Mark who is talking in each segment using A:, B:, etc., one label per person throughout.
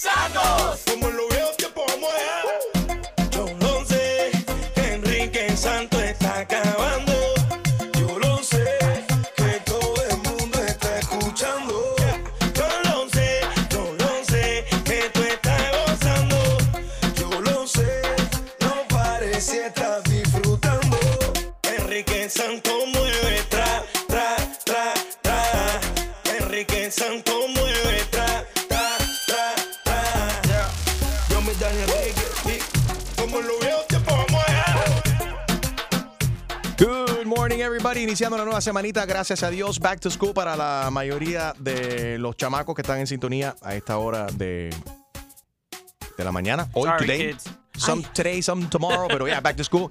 A: Santos.
B: Como en los viejos tiempos vamos a Yo lo sé, que Enrique Santos está acabando. Yo lo sé, que todo el mundo está escuchando. Yo lo sé, yo lo sé, que tú estás gozando. Yo lo sé, no parece si estás disfrutando. Enrique Santos mueve tra, tra, tra, tra. Enrique Santos mueve tra, tra, tra, tra. Yo me dañé Enrique, y como en los viejos tiempos vamos allá.
C: Good morning, everybody. Iniciando una nueva semanita, gracias a Dios. Back to school para la mayoría de los chamacos que están en sintonía a esta hora de, de la mañana. Hoy,
D: Sorry,
C: today.
D: kids.
C: Some today, some tomorrow, pero yeah, back to school.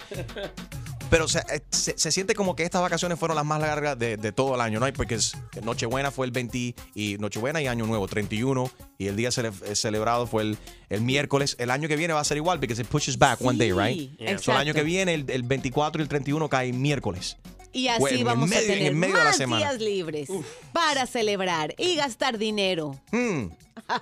C: Pero se, eh, se- se siente como que estas vacaciones fueron las más largas de, de todo el año, ¿no? Porque es- Nochebuena fue el 20 y Nochebuena y Año Nuevo, 31, y el día cele- eh, celebrado fue el, el miércoles. El año que viene va a ser igual, porque it pushes back one day,
E: Sí,
C: right?
D: Yeah.
C: So, el año que
E: exacto.
C: viene, el, el 24 y el 31 cae miércoles.
E: Y así
C: Bueno, en
E: vamos
C: medio-
E: a tener
C: en medio de la
E: más
C: semana.
E: días libres para celebrar y gastar dinero.
C: Hmm.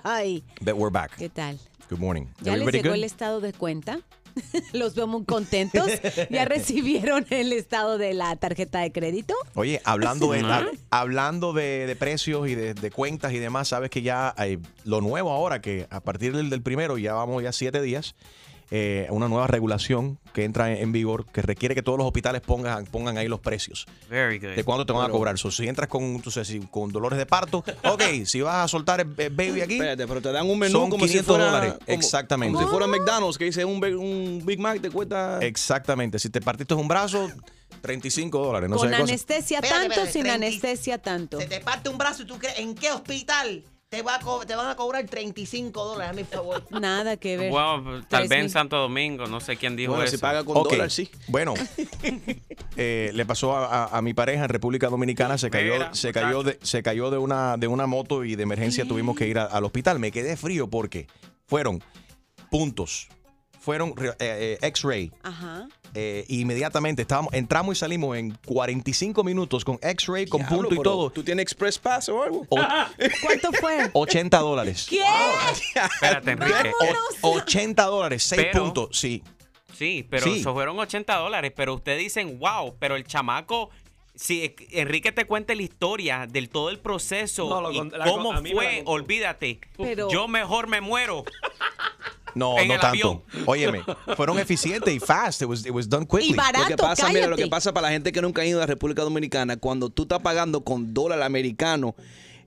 E: Ay,
C: But we're back.
E: ¿qué tal?
C: Good morning.
E: ¿Ya les
C: Everybody
E: llegó
C: good?
E: el estado de cuenta? Los veo muy contentos. ¿Ya recibieron el estado de la tarjeta de crédito?
C: Oye, hablando de,
D: Ujú.
C: hab- hablando de, de precios y de, de cuentas y demás, sabes que ya hay lo nuevo ahora, que a partir del, del primero, ya vamos ya siete días, eh, una nueva regulación que entra en, en vigor que requiere que todos los hospitales pongan, pongan ahí los precios.
D: Very good.
C: ¿De cuánto te van a cobrar? So, si entras con, tú sabes, si- con dolores de parto, ok, si vas a soltar el, el baby aquí,
F: Espérate, pero te dan un menú
C: Son
F: como
C: 500
F: si fuera,
C: dólares,
F: como-
C: exactamente.
F: Como si fuera McDonald's, que dice un, Big- un Big Mac te cuesta.
C: exactamente. Si te partiste un brazo, 35 dólares, no sé
E: Con
C: qué cosa.
E: anestesia
A: Espérate,
E: tanto,
A: espérate,
E: sin
A: 30.
E: anestesia tanto.
A: Se te parte un brazo y tú crees, ¿en qué hospital te, va a co- te van a cobrar 35 dólares a mi favor?
E: Nada que ver.
D: Wow, tal
E: Tres
D: vez en
E: mil.
D: Santo Domingo, no sé quién dijo
F: Bueno,
D: eso.
F: si paga con
C: Ok,
F: dólar, sí.
C: Bueno, eh, le pasó a, a- a mi pareja en República Dominicana, se cayó,
D: Mira,
C: se cayó, de, se cayó de una de una moto y de emergencia tuvimos que ir a- al hospital. Me quedé frío porque fueron puntos, fueron re- eh, eh, X-ray.
E: Ajá.
C: eh, inmediatamente estábamos, entramos y salimos en 45 minutos con X-ray, con
F: Diablo,
C: punto y
F: pero
C: todo.
F: ¿Tú tienes Express Pass o algo?
C: O-
E: ¿Cuánto fue?
C: 80 dólares.
E: ¿Qué?
D: Espérate, Enrique.
C: O- 80 dólares, 6
D: Pero-
C: puntos, sí.
D: Sí, pero
C: Sí.
D: eso fueron 80 dólares. Pero ustedes dicen, wow, pero el chamaco, si Enrique te cuente la historia del todo el proceso
G: No, lo
D: y
G: cont- la
D: cómo
G: con- a mí me la
D: fue,
G: contó.
D: olvídate.
E: Pero-
D: Yo mejor me muero.
C: No,
D: En
C: no
D: el
C: tanto.
D: avión.
C: Óyeme, fueron eficientes y fast. It was, it was done quickly.
E: Y barato,
F: Lo que pasa,
E: cállate.
F: mira, lo que pasa para la gente que nunca ha ido a la República Dominicana, cuando tú estás pagando con dólar americano,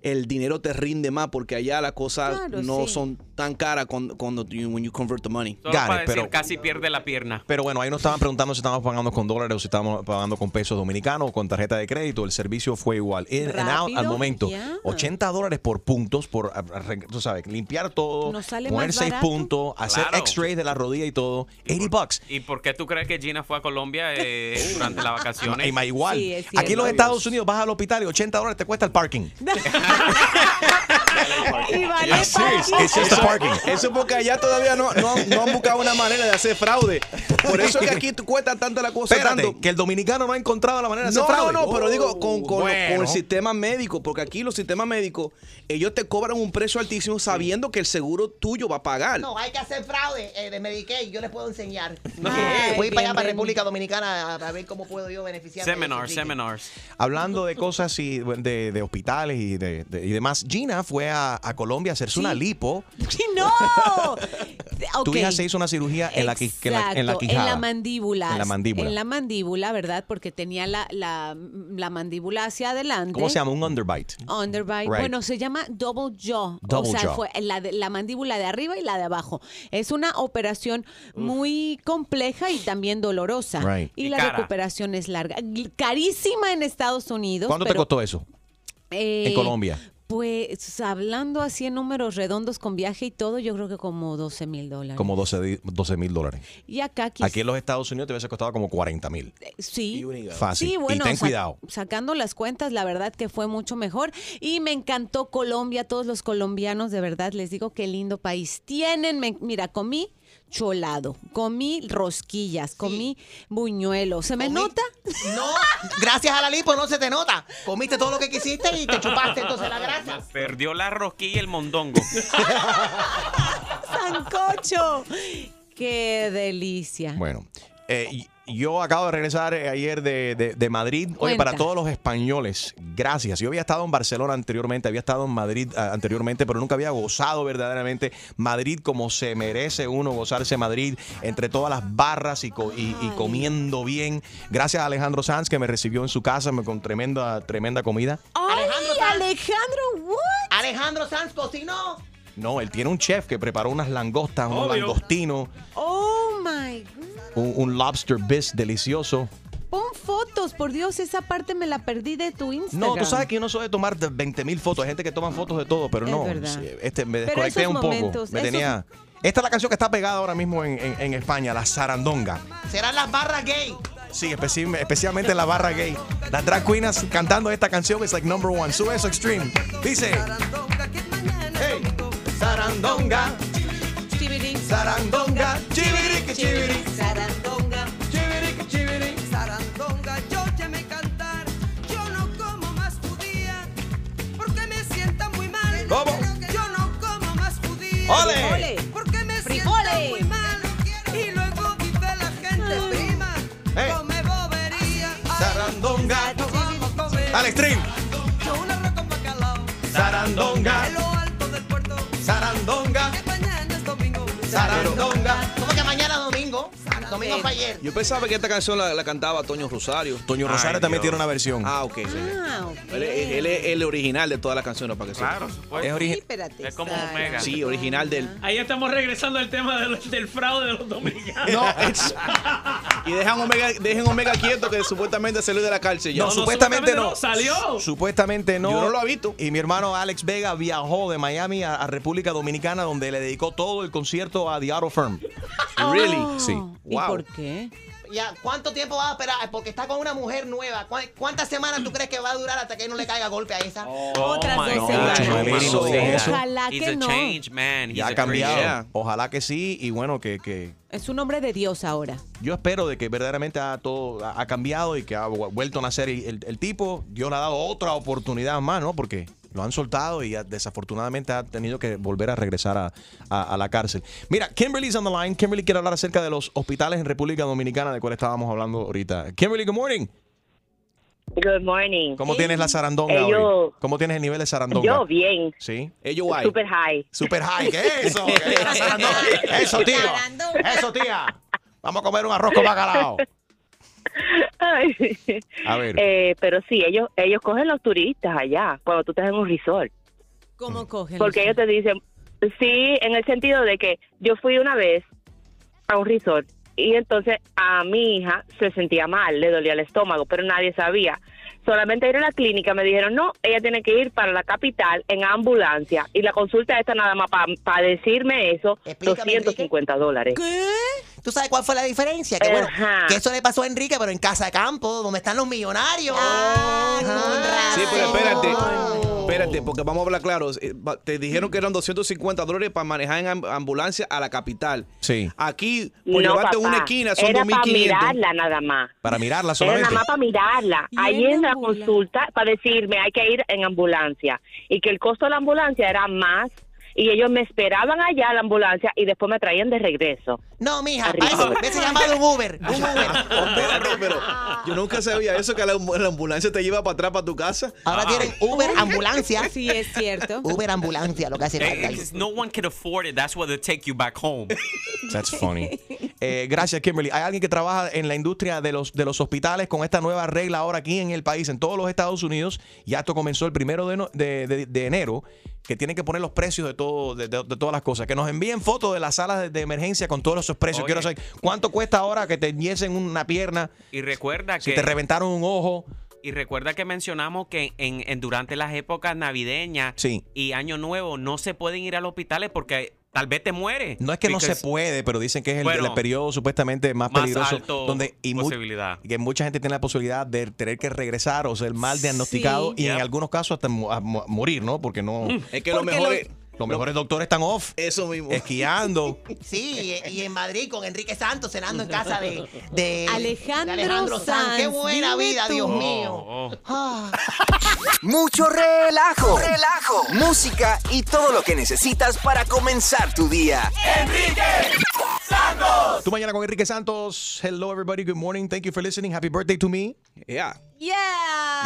F: el dinero te rinde más porque allá las cosas
E: Claro,
F: no
E: sí.
F: son tan caras cuando, cuando you, when you convert the money.
D: Solo
C: Got
D: para
C: it,
D: decir,
C: pero-
D: casi pierde la pierna.
C: Pero bueno, ahí nos estaban preguntando si estábamos pagando con dólares o si estábamos pagando con pesos dominicanos o con tarjeta de crédito. El servicio fue igual. In and out
E: Rápido,
C: al momento.
E: ya.
C: 80 dólares por puntos, por, arre- tú sabes, limpiar todo,
E: Nos sale
C: poner
E: más
C: 6
E: barato.
C: puntos, hacer
D: Claro.
C: x-rays de la rodilla y todo. 80 bucks.
D: ¿Y por qué tú crees que Gina fue a Colombia eh, durante las vacaciones?
C: Y más igual.
E: Sí, es
C: Aquí en
E: cierto.
C: los Estados Unidos vas al hospital y 80 dólares te cuesta el parking.
E: Y vale para
C: Serious, it's just the parking.
F: Eso porque allá todavía no, no, no han buscado una manera de hacer fraude. Por eso es que aquí tú cuesta tanto la cosa.
C: Espérate,
F: tanto.
C: que el dominicano no ha encontrado la manera de hacer
F: No,
C: fraude.
F: no, no, pero
C: Oh,
F: digo, con, con-
C: bueno.
F: con el sistema médico, porque aquí los sistemas médicos, ellos te cobran un precio altísimo sabiendo que el seguro tuyo va a pagar.
A: No, hay que hacer fraude eh, de Medicaid, yo les puedo enseñar.
E: Ay,
A: Voy para allá, para
E: bienvenido.
A: República Dominicana, a, a ver cómo puedo yo beneficiarme. de
D: seminars,
A: ese ticket.
D: seminars.
C: Hablando de cosas y de, de hospitales y, de, de- y demás, Gina fue a, a Colombia a hacerse una lipo.
E: Sí, ¡No!
C: Tu
E: Ok.
C: hija se hizo una cirugía en la, qui- en la, en la
E: Exacto,
C: quijada.
E: la mandíbula.
C: En la mandíbula.
E: En la mandíbula, ¿verdad? Porque tenía la, la, la mandíbula hacia adelante.
C: ¿Cómo se llama? Un underbite.
E: Underbite.
C: Right.
E: Bueno, se llama double jaw.
C: Double
E: o sea,
C: jaw.
E: fue la, de- la mandíbula de arriba y la de abajo. Es una operación muy compleja y también dolorosa.
C: Right.
E: Y,
D: Y
E: la
D: cara.
E: recuperación es larga. Carísima en Estados Unidos.
C: ¿Cuánto te
E: pero,
C: costó eso?
E: eh,
C: en Colombia?
E: Pues hablando así en números redondos con viaje y todo, yo creo que como 12 mil dólares.
C: Como 12 di- 12 mil dólares.
E: Y acá quizás-
C: Aquí en los Estados Unidos te hubiese costado como 40 mil.
E: Sí.
C: Fácil.
E: Sí, bueno,
C: y ten
E: sa-
C: cuidado.
E: sacando las cuentas, la verdad que fue mucho mejor. Y me encantó Colombia, todos los colombianos, de verdad, les digo qué lindo país tienen. Me- mira, comí cholado, comí rosquillas, comí buñuelos. ¿Se me
A: Comí-
E: nota?
A: No, gracias a la lipo no se te nota. Comiste todo lo que quisiste y te chupaste entonces la grasa.
D: Perdió la rosquilla y el mondongo.
E: sancocho. ¡Qué delicia!
C: Bueno, eh, y- yo acabo de regresar eh, ayer de, de- de Madrid. Oye,
E: Cuenta.
C: para todos los españoles, gracias. Yo había estado en Barcelona anteriormente, había estado en Madrid ah, anteriormente, pero nunca había gozado verdaderamente Madrid como se merece uno gozarse Madrid, entre todas las barras y, co- y- y comiendo bien. Gracias a Alejandro Sanz que me recibió en su casa me- con tremenda, tremenda comida.
E: ¡Ay,
A: Alejandro Sanz.
E: Alejandro, what?
A: Alejandro Sanz pues, cocinó.
C: No, él tiene un chef que preparó unas langostas, unos
D: Obvio.
C: langostinos,
E: ¡Oh, my God!
C: un, un lobster bisque delicioso.
E: Pon fotos, por Dios, esa parte me la perdí de tu Instagram.
C: No, tú sabes que yo no soy de tomar 20 mil fotos. Hay gente que toma fotos de todo, pero
E: Es
C: no.
E: verdad.
C: sí, Este, me
E: Pero
C: desconecté
E: esos
C: un poco.
E: momentos,
C: me
E: esos-
C: tenía. Esta es la canción que está pegada ahora mismo en, en- en España, la zarandonga.
A: Serán las barras gay.
C: Sí, especi- especialmente en la barra gay. Las drag queens cantando esta canción es like number one. Sube eso extreme. Dice. Hey, zarandonga,
E: Chibiri,
C: zarandonga, chibiri que chibiri,
G: Sarandonga,
C: chibiri que chibiri.
G: sarandonga, yo llamé cantar. Yo no como más judía, porque me sienta muy mal.
C: ¿Cómo?
G: Yo no como más judía.
C: ¡Ole!
E: ¡Ole!
G: Porque me sienta
E: Frijoles.
G: muy mal. Y luego dice la gente, prima,
C: Eh.
G: come bobería. Ay,
C: Sarandonga.
G: nos vamos a comer.
C: Al extreme.
G: Yo un arroz con bacalao,
C: Zarandonga,
G: en lo alto del puerto.
C: zarandonga,
G: Que mañana es domingo.
C: zarandonga.
A: ¿Cómo que mañana domingo? Domingo fue ayer.
F: Yo pensaba que esta canción la, la cantaba Toño Rosario.
C: Toño
D: Ay,
C: Rosario también
D: Dios.
C: tiene una versión.
F: Ah, ok. sí.
E: Ah, ok.
F: Él, es- él es el original de todas las canciones, para que sepa.
D: Claro, supuesto.
C: Es
E: Pues Sí,
C: origen.
E: espérate.
D: Es como
E: Sara.
D: Omega.
F: Sí, original del.
H: Ahí estamos regresando al tema de los- del fraude de los dominicanos.
F: No, es- Y dejan Omega, dejen Omega quieto que supuestamente salió de la cárcel. ya.
C: No, supuestamente no.
H: Salió.
C: Supuestamente no.
F: Yo no lo he visto.
C: Y mi hermano Alex Vega viajó de Miami a, a República Dominicana, donde le dedicó todo el concierto a The Auto Firm.
F: Really?
C: Sí.
E: Oh. ¿Y
F: Wow.
E: por qué?
A: Ya, ¿cuánto tiempo va a esperar? Porque está con una mujer nueva. ¿Cuá- ¿Cuántas semanas tú crees que va a durar hasta que no le caiga golpe a esa?
D: Oh
E: Otras
D: my
E: dos
D: God.
E: semanas.
D: Oh,
C: Chumel,
D: my
C: no
D: God.
C: digas eso.
E: Ojalá
D: He's
E: que
D: a
E: no.
D: change man. He's
C: Ya
D: a
C: ha cambiado.
D: great-
F: Yeah.
C: Ojalá que sí. Y bueno, que, que
E: Es un hombre de Dios ahora.
C: yo espero de que verdaderamente ha, todo, ha ha cambiado y que ha vu- vuelto a nacer el, el- el tipo. Dios le ha dado otra oportunidad más, ¿no? Porque lo han soltado y ha- desafortunadamente ha tenido que volver a regresar a, a- a la cárcel. Mira, Kimberly's on the line. Kimberly quiere hablar acerca de los hospitales en República Dominicana, de cuál estábamos hablando ahorita. Kimberly, good morning.
I: Good morning.
C: ¿Cómo tienes la zarandonga
I: Eh, yo-
C: hoy? ¿Cómo tienes el nivel de zarandonga?
I: Yo bien,
C: Sí.
F: Ellos guay.
I: super high.
C: Super high, ¿qué es eso? ¿Qué es la zarandonga? Eso, tío. Eso, tía. Vamos a comer un arroz con bacalao.
I: Ay.
C: A ver.
I: Eh, pero sí, ellos ellos cogen los turistas allá cuando tú estás en un resort,
C: Mm.
E: ¿Cómo cogen?
I: porque ellos te dicen, sí, en el sentido de que yo fui una vez a un resort y entonces a mi hija se sentía mal, le dolía el estómago, pero nadie sabía. Solamente ir a la clínica me dijeron, no, ella tiene que ir para la capital en ambulancia y la consulta esta nada más para decirme eso,
A: Explícame, Enrique.
I: 250 dólares.
E: ¿Qué?
A: ¿Tú sabes cuál fue la diferencia? Que bueno,
I: Ajá.
A: que eso le pasó a Enrique, pero en Casa de Campo, donde están los millonarios.
E: Ah, con
A: Ajá.
F: Sí, pero
E: razón.
F: espérate. Espérate, porque vamos a hablar claros. Eh, va- Te dijeron que eran 250 dólares para manejar en am- ambulancia a la capital.
C: Sí.
F: Aquí, por
I: no,
F: llevarte
I: papá,
F: una esquina, son
I: era para
F: 2.500.
I: mirarla nada más.
C: Para mirarla
I: Era
C: solamente.
I: nada más para mirarla.
E: Y
I: Ahí
E: en
I: en la
E: ambulancia.
I: consulta, para decirme, hay que ir en ambulancia. Y que el costo de la ambulancia era más. Y ellos me esperaban allá a la ambulancia y después me traían de regreso.
A: No, mija,
I: Arriba.
A: para eso hubiese llamado un Uber. Un Uber.
F: Espérate, pero yo nunca sabía eso, que la, la ambulancia te lleva para atrás, para tu casa. Ah,
A: Ahora tienen Uber ambulancia.
E: Sí, es cierto.
A: Uber ambulancia, lo que hace falta. ahí.
D: It's- Eh, No one can afford it. That's why they take you back home.
C: That's funny. Eh, gracias, Kimberly. Hay alguien que trabaja en la industria de los, de los hospitales con esta nueva regla ahora aquí en el país, en todos los Estados Unidos. Ya esto comenzó el primero de, no- de- de- de enero, que tienen que poner los precios de, todo, de, de- de todas las cosas. Que nos envíen fotos de las salas de, de emergencia con todos esos precios.
D: Oye.
C: Quiero saber cuánto cuesta ahora que te diesen una pierna,
D: Y recuerda
C: si
D: que
C: te reventaron un ojo.
D: y recuerda que mencionamos que en, en- durante las épocas navideñas
C: Sí.
D: y año nuevo no se pueden ir a los hospitales porque tal vez te mueres.
C: No es que no se
D: Because-
C: puede, pero dicen que es el,
D: Bueno,
C: el periodo supuestamente más,
D: más
C: peligroso.
D: alto
C: donde y mu-
D: posibilidad.
C: que mucha gente tiene la posibilidad de tener que regresar o ser mal diagnosticado y en
D: Yep. Mm.
C: algunos casos hasta mu- a mu- morir, ¿no? Porque no.
F: Es que lo
E: Porque
F: mejor
E: lo-
F: es.
C: Los mejores doctores están off,
F: Eso mismo.
C: esquiando.
A: Sí, y- y en Madrid con Enrique Santos cenando en casa de, de-
E: Alejandro
A: de Alejandro Sanz.
E: Sanz,
A: Qué buena
E: dime
A: vida,
E: tú.
A: Dios
E: Oh,
A: mío. Ah.
J: Mucho relajo. Relajo. Música y todo lo que necesitas para comenzar tu día.
C: Tú mañana con Enrique Santos. Hello, everybody. Good morning. Thank you for listening. Happy birthday to me.
F: Yeah.
E: Yeah.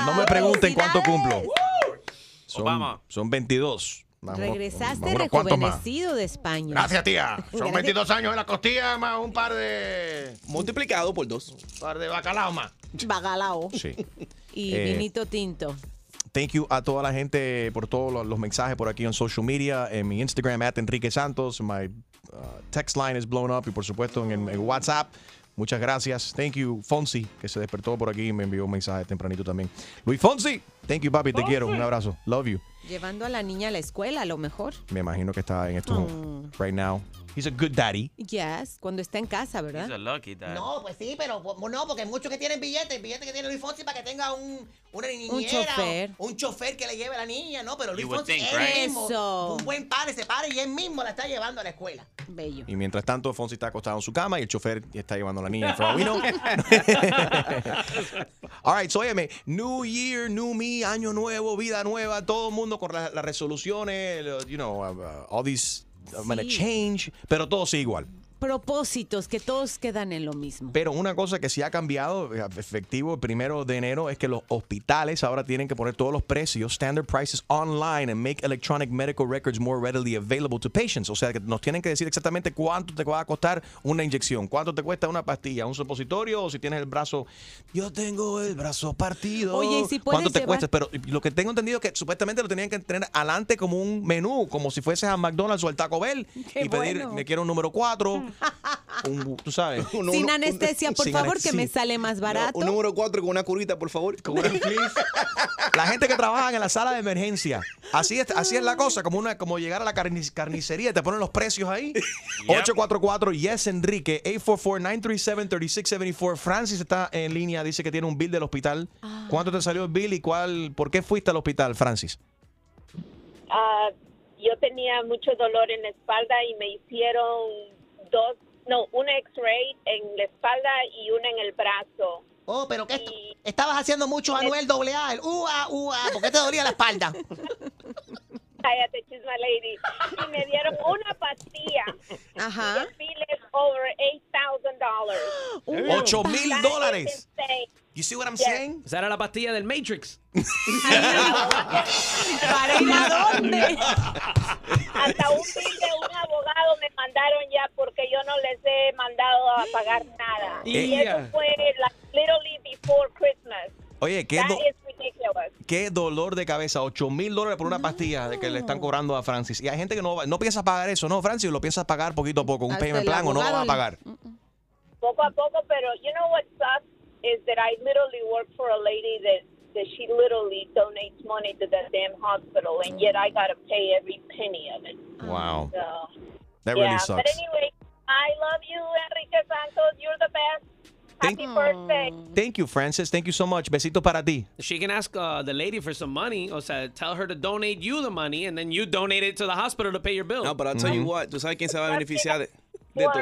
C: No
F: Ah,
C: me pregunten cuánto cumplo.
E: Felicidades.
D: Obama.
C: Son, son 22. Vamos-
E: Regresaste
C: vámonos, ¿cuántos más?
E: rejuvenecido de España.
C: Gracias, tía. Son
E: Gracias.
C: 22 años en la costilla más un par de.
F: Multiplicado por dos.
C: par de bacalao más.
E: Bagalao.
C: Sí.
E: Y
C: Eh,
E: vinito tinto.
C: Thank you a toda la gente por todos los, los mensajes por aquí en social media, en mi Instagram, at Enrique Santos. My uh, text line is blown up y por supuesto en, el- en WhatsApp. Muchas gracias. Thank you, Fonsi, que se despertó por aquí y me envió un mensaje tempranito también. Luis Fonsi, thank you, papi. Te quiero. Un abrazo. Love you.
E: Llevando a la niña a la escuela, a lo mejor.
C: Me imagino que está en esto right now. He's a good daddy.
E: Yes, cuando está en casa,
D: He's a
E: ¿verdad?
D: lucky dad.
A: No, pues sí, pero pues, no, porque muchos que tienen billetes, billetes que tiene Luis Fonsi para que tenga un, una niñera,
E: chofer.
A: o un chofer que le lleve a la niña, ¿no? Pero Luis
D: You would
A: Fonsi
D: think,
A: él
D: right?
A: mismo,
E: Eso.
A: un buen padre se para y él mismo la está llevando a la escuela.
E: Bello.
C: Y mientras tanto, Fonsi está acostado en su cama y el chofer está llevando a la niña. For all we know. All right, so óyeme, New Year, New Me, año nuevo, vida nueva, todo el mundo con la- las resoluciones, lo- you know, uh, uh, all these, I'm gonna
E: Sí.
C: change, pero todo sigue igual.
E: Propósitos que todos quedan en lo mismo.
C: Pero una cosa que sí ha cambiado, eh, efectivo el primero de enero, es que los hospitales ahora tienen que poner todos los precios, standard prices online, and make electronic medical records more readily available to patients. O sea, que nos tienen que decir exactamente cuánto te va a costar una inyección, cuánto te cuesta una pastilla, un supositorio, o si tienes el brazo, yo tengo el brazo partido.
E: Oye, ¿y si puedes
C: ¿Cuánto te
E: llevar-
C: cuesta? Pero lo que tengo entendido es que supuestamente lo tenían que tener adelante como un menú, como si fueses a McDonald's o al Taco Bell,
E: Qué
C: y pedir,
E: bueno. Mm.
C: me quiero un número 4, tú sabes.
F: Uno-
E: sin
F: uno-
E: anestesia, por
C: sin
E: favor, que me
C: anestesia.
E: sale más barato.
F: Un número cuatro con una curita, por favor.
C: La gente que trabaja en la sala de emergencia. Así es, así es la cosa, como una como llegar a la carni- carnicería, te ponen los precios ahí. 844 Yes Enrique 844-937-3674. Francis está en línea, dice que tiene un bill del hospital.
E: Ah.
C: ¿Cuánto te salió el bill y cuál por qué fuiste al hospital, Francis?
K: Ah, yo tenía mucho dolor en la espalda y me hicieron dos, no, un x-ray en la espalda y una en el brazo.
A: Oh, pero que est- estabas haciendo mucho Anuel doble A, el UA, UA, ¿por qué te dolía la espalda?
K: Cállate, chisma lady. Y me dieron una pastilla.
E: Ajá.
K: The bill is over $8,000.
C: ¡Ocho mil
K: That is
C: dólares.
K: insane.
C: You see what I'm
K: Yes.
C: saying?
H: Esa era la pastilla del Matrix.
E: ¿Para ir a dónde?
K: Hasta un bill de un abogado me mandaron ya porque yo no les he mandado a pagar nada. Y
H: Yeah.
K: eso fue like, literally before Christmas.
C: Oye, ¿qué,
K: That
C: do-
K: is ridiculous.
C: qué dolor de cabeza. 8 mil dólares por una pastilla de que le están cobrando a Francis. Y hay gente que no, va- no piensa pagar eso, ¿no, Francis? Lo piensas pagar poquito a poco, un
E: Hasta
C: payment
E: el
C: plan o no lo
E: abogado
C: vas a
E: le-
C: pagar.
K: poco a poco, pero you know what sucks is that I literally work for a lady that that she literally donates money to that damn hospital, and yet I gotta pay every penny of it.
C: Wow.
K: So
C: That
K: yeah,
C: really sucks.
K: but anyway, I love you, Enrique Santos. You're the best.
C: Thank-
K: Happy birthday.
C: Thank you, Francis. Thank you so much. Besitos para ti.
H: She can ask uh, the lady for some money. O sea, tell her to donate you the money and then you donate it to the hospital to pay your bill.
F: No, pero I'll tell you what, ¿tú sabes quién se va a beneficiar de, de esto?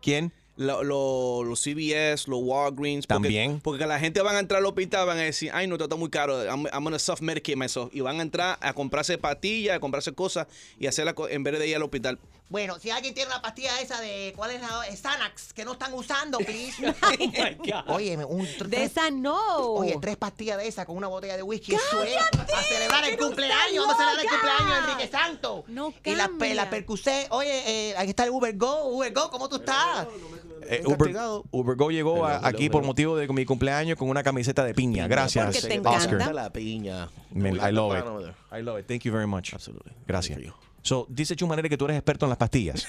C: ¿Quién?
F: Lo- lo- los CVS, los Walgreens. porque-
C: También.
F: Porque la gente van a entrar al hospital, van a decir, ay, no, esto está muy caro, I'm, I'm gonna self-medicate myself. Y van a entrar a comprarse pastillas, a comprarse cosas y hacerla co- en vez de ir al hospital.
A: Bueno, si alguien tiene una pastilla esa de, ¿cuál es la? Xanax, que no están usando, please.
E: Oh
A: Oye, un... tr-
E: De
A: tres-
E: esa no.
A: Oye, tres pastillas de esa con una botella de whisky. Eso es. A celebrar el
E: que no
A: cumpleaños.
E: estás
A: Vamos a celebrar el
E: loca.
A: cumpleaños de Enrique Santo.
E: No
A: Y la, pe-
E: cambia.
A: la percusé. Oye, eh, aquí está el Uber Go. Uber Go, ¿cómo tú estás?
C: Eh, Uber, Ubergo llegó a- aquí por motivo de mi cumpleaños con una camiseta de piña. Gracias,
E: Porque te
C: Oscar.
E: encanta.
F: la piña. este
C: Me- I love it. I love it. Thank you very much.
F: Absolutely.
C: Gracias. So, dice Chumanere que tú eres experto en las pastillas.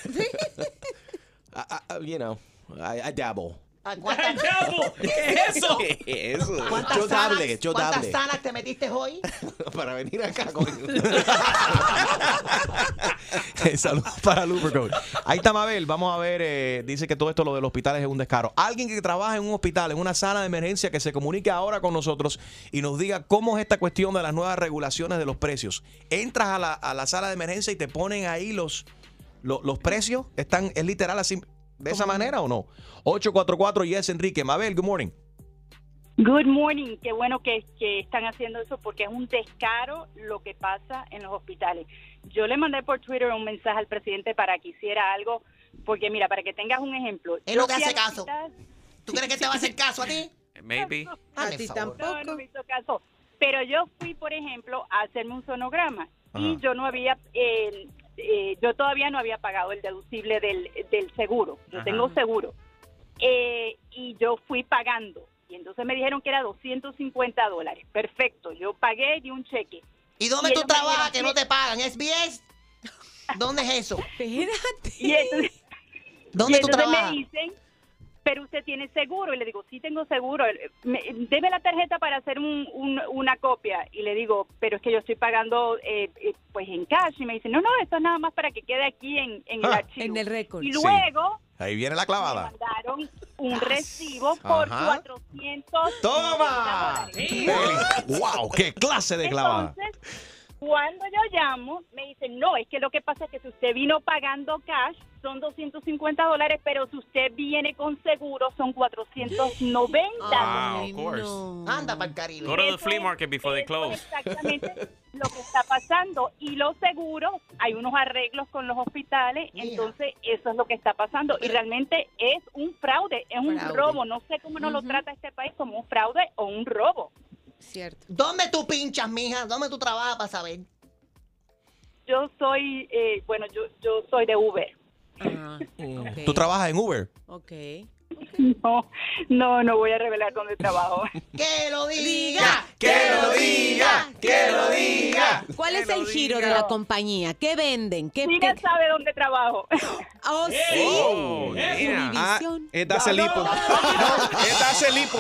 F: you know, I, dabble.
A: Ah, ¿Cuántas,
H: ¿Qué es eso?
F: Eso.
A: cuántas
F: Yo dable,
A: Xanax-
F: yo
A: ¿Cuántas
F: dable.
A: Xanax te metiste hoy?
F: Para venir acá con...
C: Saludos para Lubricoat. Ahí está Mabel. Vamos a ver. eh, dice que todo esto, lo del hospital, es un descaro. Alguien que trabaja en un hospital, en una sala de emergencia, que se comunique ahora con nosotros y nos diga cómo es esta cuestión de las nuevas regulaciones de los precios. Entras a la, a la sala de emergencia y te ponen ahí los, lo- los precios. Están, es literal así. ¿De esa manera o no? 844 Yes Enrique. Mabel, good morning.
L: Good morning, qué bueno que, que están haciendo eso porque es un descaro lo que pasa en los hospitales. Yo le mandé por Twitter un mensaje al presidente para que hiciera algo, porque mira, para que tengas un ejemplo.
A: Es
L: Yo
A: lo que
L: fui
A: hace
L: al
A: caso.
L: hospital-
A: ¿Tú crees que te va a hacer caso a ti?
D: Maybe.
A: Dale, favor.
L: No, no me hizo caso. Pero yo fui, por ejemplo, a hacerme un sonograma y
M: Ajá.
L: yo no había, eh, eh, yo todavía no había pagado el deducible del, del seguro. Yo
M: Ajá.
L: tengo seguro. Eh, y yo fui pagando. Y entonces me dijeron que era 250 dólares. Perfecto, yo pagué de un cheque.
A: ¿Y dónde tú trabajas que no te pagan? ¿SBS? ¿Dónde es eso?
L: Y entonces-
A: ¿Dónde
L: y
A: tú
L: entonces
A: trabajas?
L: me dicen, pero usted tiene seguro. Y le digo, sí tengo seguro. Me- deme la tarjeta para hacer un- un- una copia. Y le digo, pero es que yo estoy pagando eh, eh, pues en cash. Y me dicen, no, no, esto es nada más para que quede aquí en, en el
C: Ah.
L: archivo. En el récord. Y
C: Sí.
L: luego
C: Ahí viene la clavada.
L: mandaron un recibo por
C: Ajá.
L: 400
C: ¡Toma! ¡Wow! ¡Qué clase de clavada!
L: Entonces, cuando yo llamo, me dicen, no, es que lo que pasa es que si usted vino pagando cash, son 250 dólares, pero si usted viene con seguro, son 490.
D: Ah, of course.
A: Anda para el Caribe.
D: Go to the flea market before they close.
L: Exactamente lo que está pasando. Y los seguros, hay unos arreglos con los hospitales, entonces eso es lo que está pasando. Y realmente es un fraude, es un
A: Fraude.
L: robo. No sé cómo no lo trata este país como un fraude o un robo.
E: Cierto.
A: ¿Dónde tú pinchas, mija? ¿Dónde tú trabajas para saber?
L: Yo soy, eh, bueno, yo, yo soy de Uber.
C: ¿Tú trabajas Eh, en Uber?
E: Ah, Ok.
L: No, no, no voy a revelar dónde trabajo.
A: ¡Que lo diga!
L: ¡Que
E: lo
L: diga! ¡Que lo diga!
E: ¿Cuál es el giro de la compañía? ¿Qué venden? ¿Qué,
L: Mira, sabe dónde trabajo.
E: Oh, sí.
F: Oh, yeah. Ah, esta hace lipo. Esta hace lipo.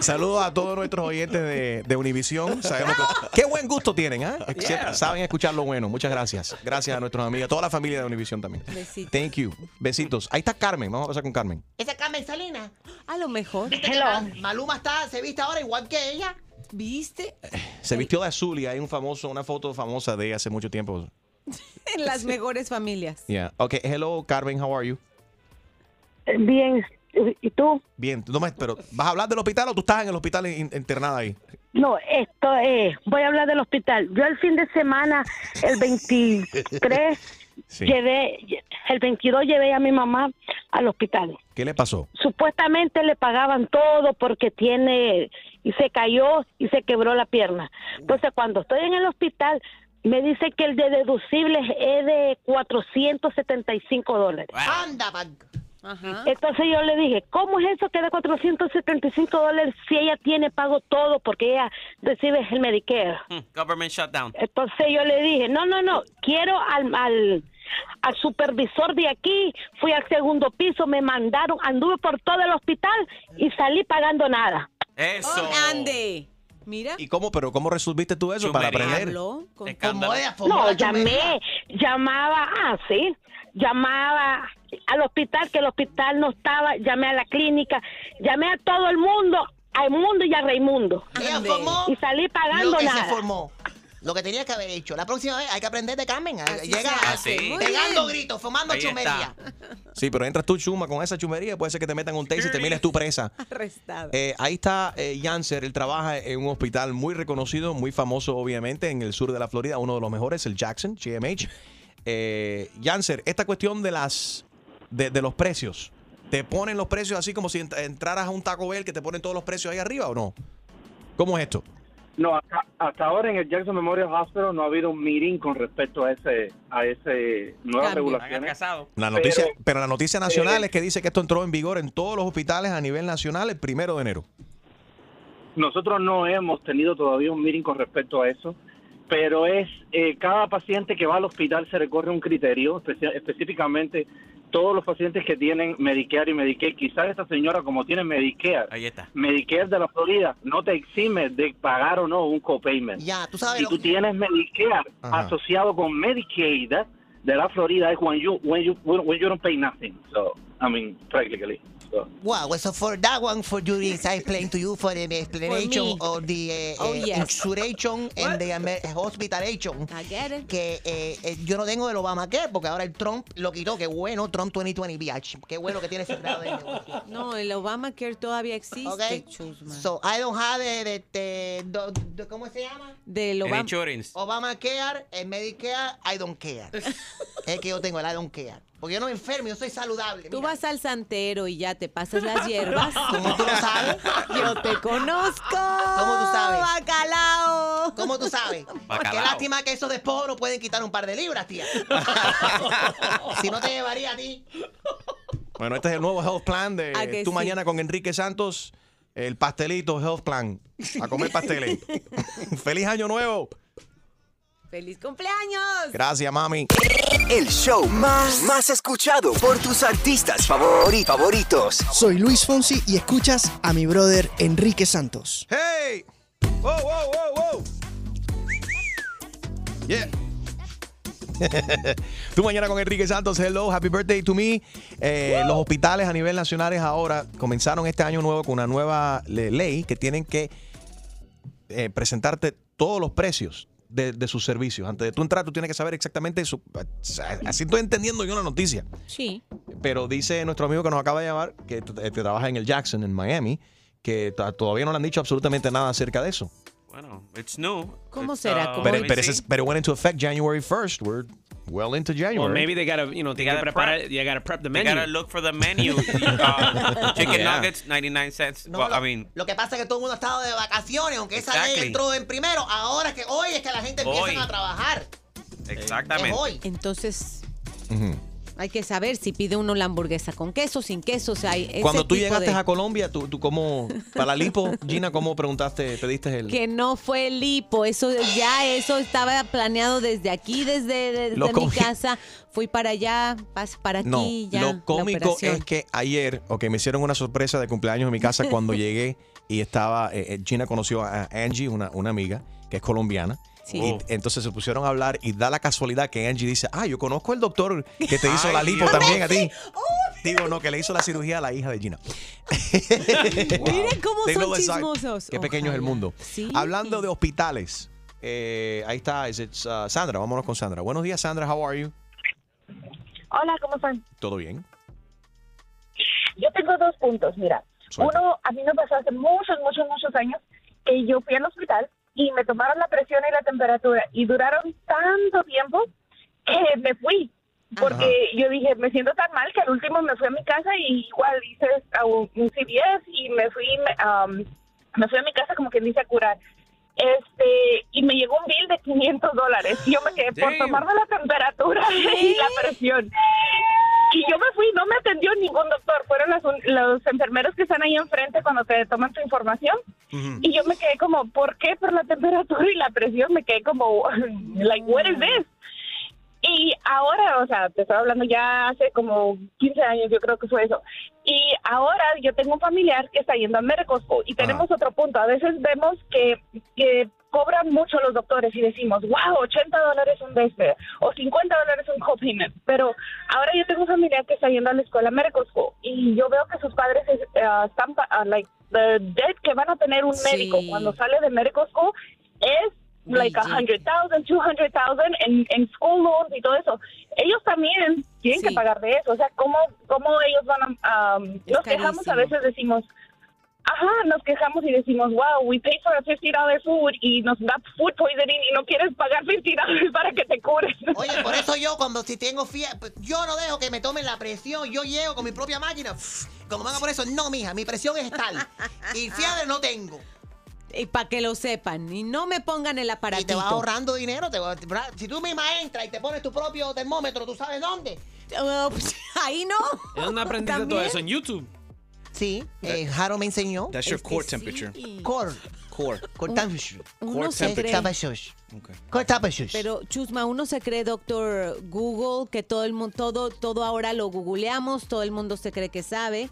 C: Saludos a todos nuestros oyentes de, de Univisión. Sabemos que- qué buen gusto tienen, ¿ah? Siempre Saben escuchar lo bueno. Muchas gracias. Gracias a nuestros amigos, a toda la familia de Univisión también.
E: Besitos.
C: Thank you. Besitos. Ahí está Carmen. Vamos a pasar con Carmen.
A: ¿Esa es Carmen Salinas?
E: A lo mejor.
A: ¿Viste que Ma- Maluma está, se viste ahora igual que ella?
E: ¿Viste?
C: Se vistió de azul y hay un famoso, una foto famosa de hace mucho tiempo.
E: En las mejores familias.
C: Yeah. Ok, hello Carmen, how are you?
M: Eh, Bien, ¿y tú?
C: Bien, no me- pero ¿vas a hablar del hospital o tú estás en el hospital in- internada ahí?
M: No, esto es, voy a hablar del hospital. Yo el fin de semana, el 23,
C: Sí.
M: llevé, el 22 llevé a mi mamá al hospital.
C: ¿Qué le pasó?
M: Supuestamente le pagaban todo porque tiene, y se cayó y se quebró la pierna. Entonces cuando estoy en el hospital, me dice que el de deducibles es de 475 dólares.
A: Anda para
M: Entonces yo le dije, ¿cómo es eso que da 475 dólares si ella tiene pago todo porque ella recibe el Medicare?
D: Hmm, Government shutdown.
M: Entonces yo le dije, no, no, no, quiero al, al, al supervisor de aquí, fui al segundo piso, me mandaron, anduve por todo el hospital y salí pagando nada.
D: Eso.
E: Ande. Mira.
C: ¿Y cómo? ¿Pero cómo resolviste tú eso para
D: Chumería.
C: aprender?
D: Escándalo.
M: No, llamé, llamaba, ah, sí, llamaba al hospital, que el hospital no estaba, llamé a la clínica, llamé a todo el mundo, a Edmundo y a Raimundo. Y salí pagando
A: Lo que
M: nada.
A: se formó. Lo que tenías que haber hecho. La próxima vez hay que aprender de Carmen. Llega
E: se hace.
A: así,
E: Muy
A: pegando
E: bien.
A: gritos, fumando
C: Ahí está.
A: chumería.
C: Sí, pero entras tú chuma con esa chumería, puede ser que te metan un taser y termines tú presa.
E: Arrestada.
C: Eh, ahí está eh, Janser, él trabaja en un hospital muy reconocido, muy famoso obviamente en el sur de la Florida, uno de los mejores, el Jackson, GMH. Eh, Janser, esta cuestión de las de, de los precios, ¿te ponen los precios así como si ent- entraras a un Taco Bell que te ponen todos los precios ahí arriba o no? ¿Cómo es esto?
N: No, hasta, hasta ahora en el Jackson Memorial Hospital no ha habido un meeting con respecto a ese a ese nuevas
C: Cambio.
N: regulaciones.
C: La noticia, pero, la noticia nacional
N: eh,
C: es que dice que esto entró en vigor en todos los hospitales a nivel nacional el primero de enero.
N: Nosotros no hemos tenido todavía un meeting con respecto a eso, pero es eh, cada paciente que va al hospital se recorre un criterio, especia- específicamente todos los pacientes que tienen Medicare y Medicaid. Quizás esta señora, como tiene Medicare,
D: Ahí está.
N: Medicare de la Florida no te exime de pagar o no un copayment.
A: Ya, tú sabes
N: Si
A: lo-
N: tú tienes Medicare
A: Ajá.
N: asociado con Medicaid, de la Florida es when you when you when you don't pay nothing. So I mean, practically. So.
A: Wow, so for that one, for you, is I explain to you for the explanation of the uh,
E: Oh,
A: eh,
E: yes.
A: insuration and the amer- hospitalization. Que eh, eh, yo no tengo del Obamacare porque ahora el Trump lo quitó. Qué bueno, Trump 2020, bitch. Qué bueno que tiene ese grado de
E: No, el Obamacare todavía existe.
A: Okay.
E: chusma.
A: So I don't have the, the- the- do- do- ¿cómo se llama?
E: Del Obama-
D: insurance.
A: Obamacare, el Medicare, I don't care. es que yo tengo el I don't care. Porque yo no me enfermo, yo soy saludable.
E: Tú vas al santero y ya te pasas las hierbas.
A: Como tú lo sabes.
E: Yo te conozco.
A: ¿Cómo tú sabes?
E: Bacalao.
A: ¿Cómo tú sabes? Qué
E: Bacalao.
A: lástima que esos despojos no pueden quitar un par de libras, tía. si no te llevaría a ti.
C: Bueno, este es el nuevo health plan de
A: ¿A Ah, que
C: tú
A: sí?
C: mañana con Enrique Santos, el pastelito health plan. A comer pasteles. Feliz año nuevo.
E: ¡Feliz cumpleaños!
C: Gracias, mami.
J: El show más, más escuchado por tus artistas favori- favoritos.
O: Soy Luis Fonsi y escuchas a mi brother Enrique Santos.
C: ¡Hey! ¡Wow, wow, wow, wow! Yeah. Tú mañana con Enrique Santos, hello, happy birthday to me. Eh, los hospitales a nivel nacional ahora comenzaron este año nuevo con una nueva le- ley que tienen que eh, presentarte todos los precios de, de sus servicios. Antes de tú entrar, tú tienes que saber exactamente su- Así estoy entendiendo yo la noticia.
E: Sí.
C: Pero dice nuestro amigo que nos acaba de llamar, que, t- que trabaja en el Jackson, en Miami, que t- todavía no le han dicho absolutamente nada acerca de eso.
D: Bueno, it's new.
E: ¿Cómo
D: It's,
E: será?
D: uh,
E: ¿Cómo-
C: Ah, Pero, pero, ese es- pero it went into effect January 1st. We're well into January.
H: Or maybe they gotta, you know, they, gotta, prepare. You gotta prep the
D: They
H: menu.
D: gotta look for the menu. Uh, chicken
H: Yeah.
D: nuggets, 99 cents.
A: No,
D: well,
A: lo,
D: I mean,
A: lo que pasa es que todo el mundo ha estado de vacaciones, aunque esa ley
D: Exactly.
A: entró en primero. Ahora es que hoy es que la gente empieza
D: Hoy.
A: a trabajar.
D: exactamente.
A: Es hoy.
E: Entonces, hay que saber si pide uno la hamburguesa con queso, sin queso. O sea, hay ese
C: Cuando tú
E: tipo
C: llegaste
E: de-
C: a Colombia, tú, tú cómo, para la lipo, Gina, ¿cómo preguntaste, pediste el...
E: Que no fue lipo, eso ya eso estaba planeado desde aquí, desde, desde
C: Lo
E: mi
C: comi-
E: casa. Fui para allá, pas- para aquí,
C: No,
E: ya. la
C: lo cómico
E: operación.
C: es que ayer, ok, me hicieron una sorpresa de cumpleaños en mi casa cuando llegué y estaba, eh, eh, Gina conoció a Angie, una, una amiga que es colombiana.
E: Sí.
C: Y
E: Oh.
C: entonces se pusieron a hablar y da la casualidad que Angie dice, ah, yo conozco al doctor que te hizo
D: Ay,
C: la lipo
D: Dios.
C: también a ti. Digo, no, que le hizo la cirugía a la hija de Gina.
E: Miren cómo
C: They
E: son
C: know what's up.
E: chismosos.
C: Qué pequeño es el mundo. Hablando de hospitales, eh, ahí está, es- it's, uh, Sandra, vámonos con Sandra. Buenos días, Sandra, how are you?
P: Hola, ¿cómo están?
C: ¿Todo bien?
P: Yo tengo dos puntos, mira.
C: Suelta.
P: Uno, a mí me pasó hace muchos, muchos, muchos años que yo fui al hospital y me tomaron la presión y la temperatura y duraron tanto tiempo que me fui. Porque
Q: Ajá.
P: yo dije, me siento tan mal que al último me fui a mi casa y igual hice a un un CVS y me fui, me, am, me fui a mi casa como quien dice a curar. Este, y me llegó un bill de 500 dólares. Y yo me quedé por
Q: Damn.
P: tomarme la temperatura y la presión. Y yo me fui, no me atendió ningún doctor. Fueron las un- los enfermeros que están ahí enfrente cuando te toman tu información. Y yo me quedé como, ¿por qué? Por la temperatura y la presión. Me quedé como, like, what is this? Y ahora, o sea, te estaba hablando ya hace como 15 años, yo creo que fue eso. Y ahora yo tengo un familiar que está yendo a Medical School y tenemos otro punto. A veces vemos que, que cobran mucho los doctores y decimos, wow, 80 dólares un este o 50 dólares un copayment. Pero ahora yo tengo un familiar que está yendo a la escuela Medical School y yo veo que sus padres es- eh, están, pa- ah, like, the debt que van a tener un médico cuando sale de Medical School es like a hundred thousand, two hundred thousand en, en school loans y todo eso. Ellos también tienen que pagar de eso. O sea, ¿cómo, cómo ellos van a... um, nos quejamos a veces, decimos, ajá, nos quejamos y decimos, wow, we paid for a $50 food y nos da food poisoning y no quieres pagar $50 para que te cures.
A: Oye, por eso yo cuando si tengo fiebre, yo no dejo que me tomen la presión, yo llego con mi propia máquina. Como van a por eso, no, mija, mi presión es tal. Y fiebre no tengo.
E: Y para que lo sepan, y no me pongan el aparatito.
A: Te vas ahorrando dinero, te va- te- ¿verdad? Ah, si tú misma entras y te pones tu propio termómetro, ¿tú sabes dónde?
E: ahí no.
H: ¿Dónde aprendiste todo eso? En YouTube.
A: Sí, eh, Jaro me enseñó.
F: That's your core temperature.
A: Core.
F: Core.
A: Core temperature.
E: Uno se cree.
A: Tapashos. Core tapashos.
E: Pero Chusma, uno se cree doctor Google, que todo el mundo, todo, todo ahora lo googleamos, todo el mundo se cree que sabe.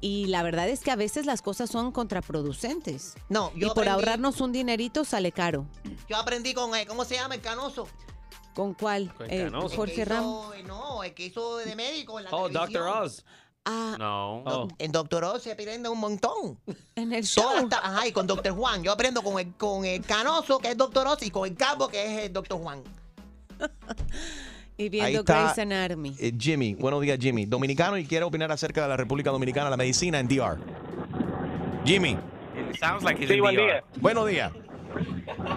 E: Y la verdad es que a veces las cosas son contraproducentes.
A: No, yo
E: y por
A: aprendí-
E: ahorrarnos un dinerito sale caro.
A: Yo aprendí con, eh, ¿cómo se llama? El canoso.
E: ¿Con cuál?
H: Con
E: Eh,
H: Canoso.
E: Jorge
A: El que
E: Ramos.
A: hizo- eh, No, el que hizo de médico en la
H: Oh,
A: televisión.
H: Dr. Oz.
E: Ah,
H: No.
A: En Doctor Oz se aprende un montón.
E: En el
A: show. ajá, y con Doctor Juan. Yo aprendo con el, con el canoso, que es Doctor Oz, y con el cabo, que es el Doctor Juan.
E: y
C: Ahí
E: viendo
C: está.
E: Grey's Anatomy.
C: Eh, Jimmy, buenos días, Jimmy. Dominicano y quiere opinar acerca de la República Dominicana, la medicina en DR. Jimmy.
D: Sounds like he's
Q: Sí,
D: in
Q: buen
D: DR.
Q: día.
C: Buenos días.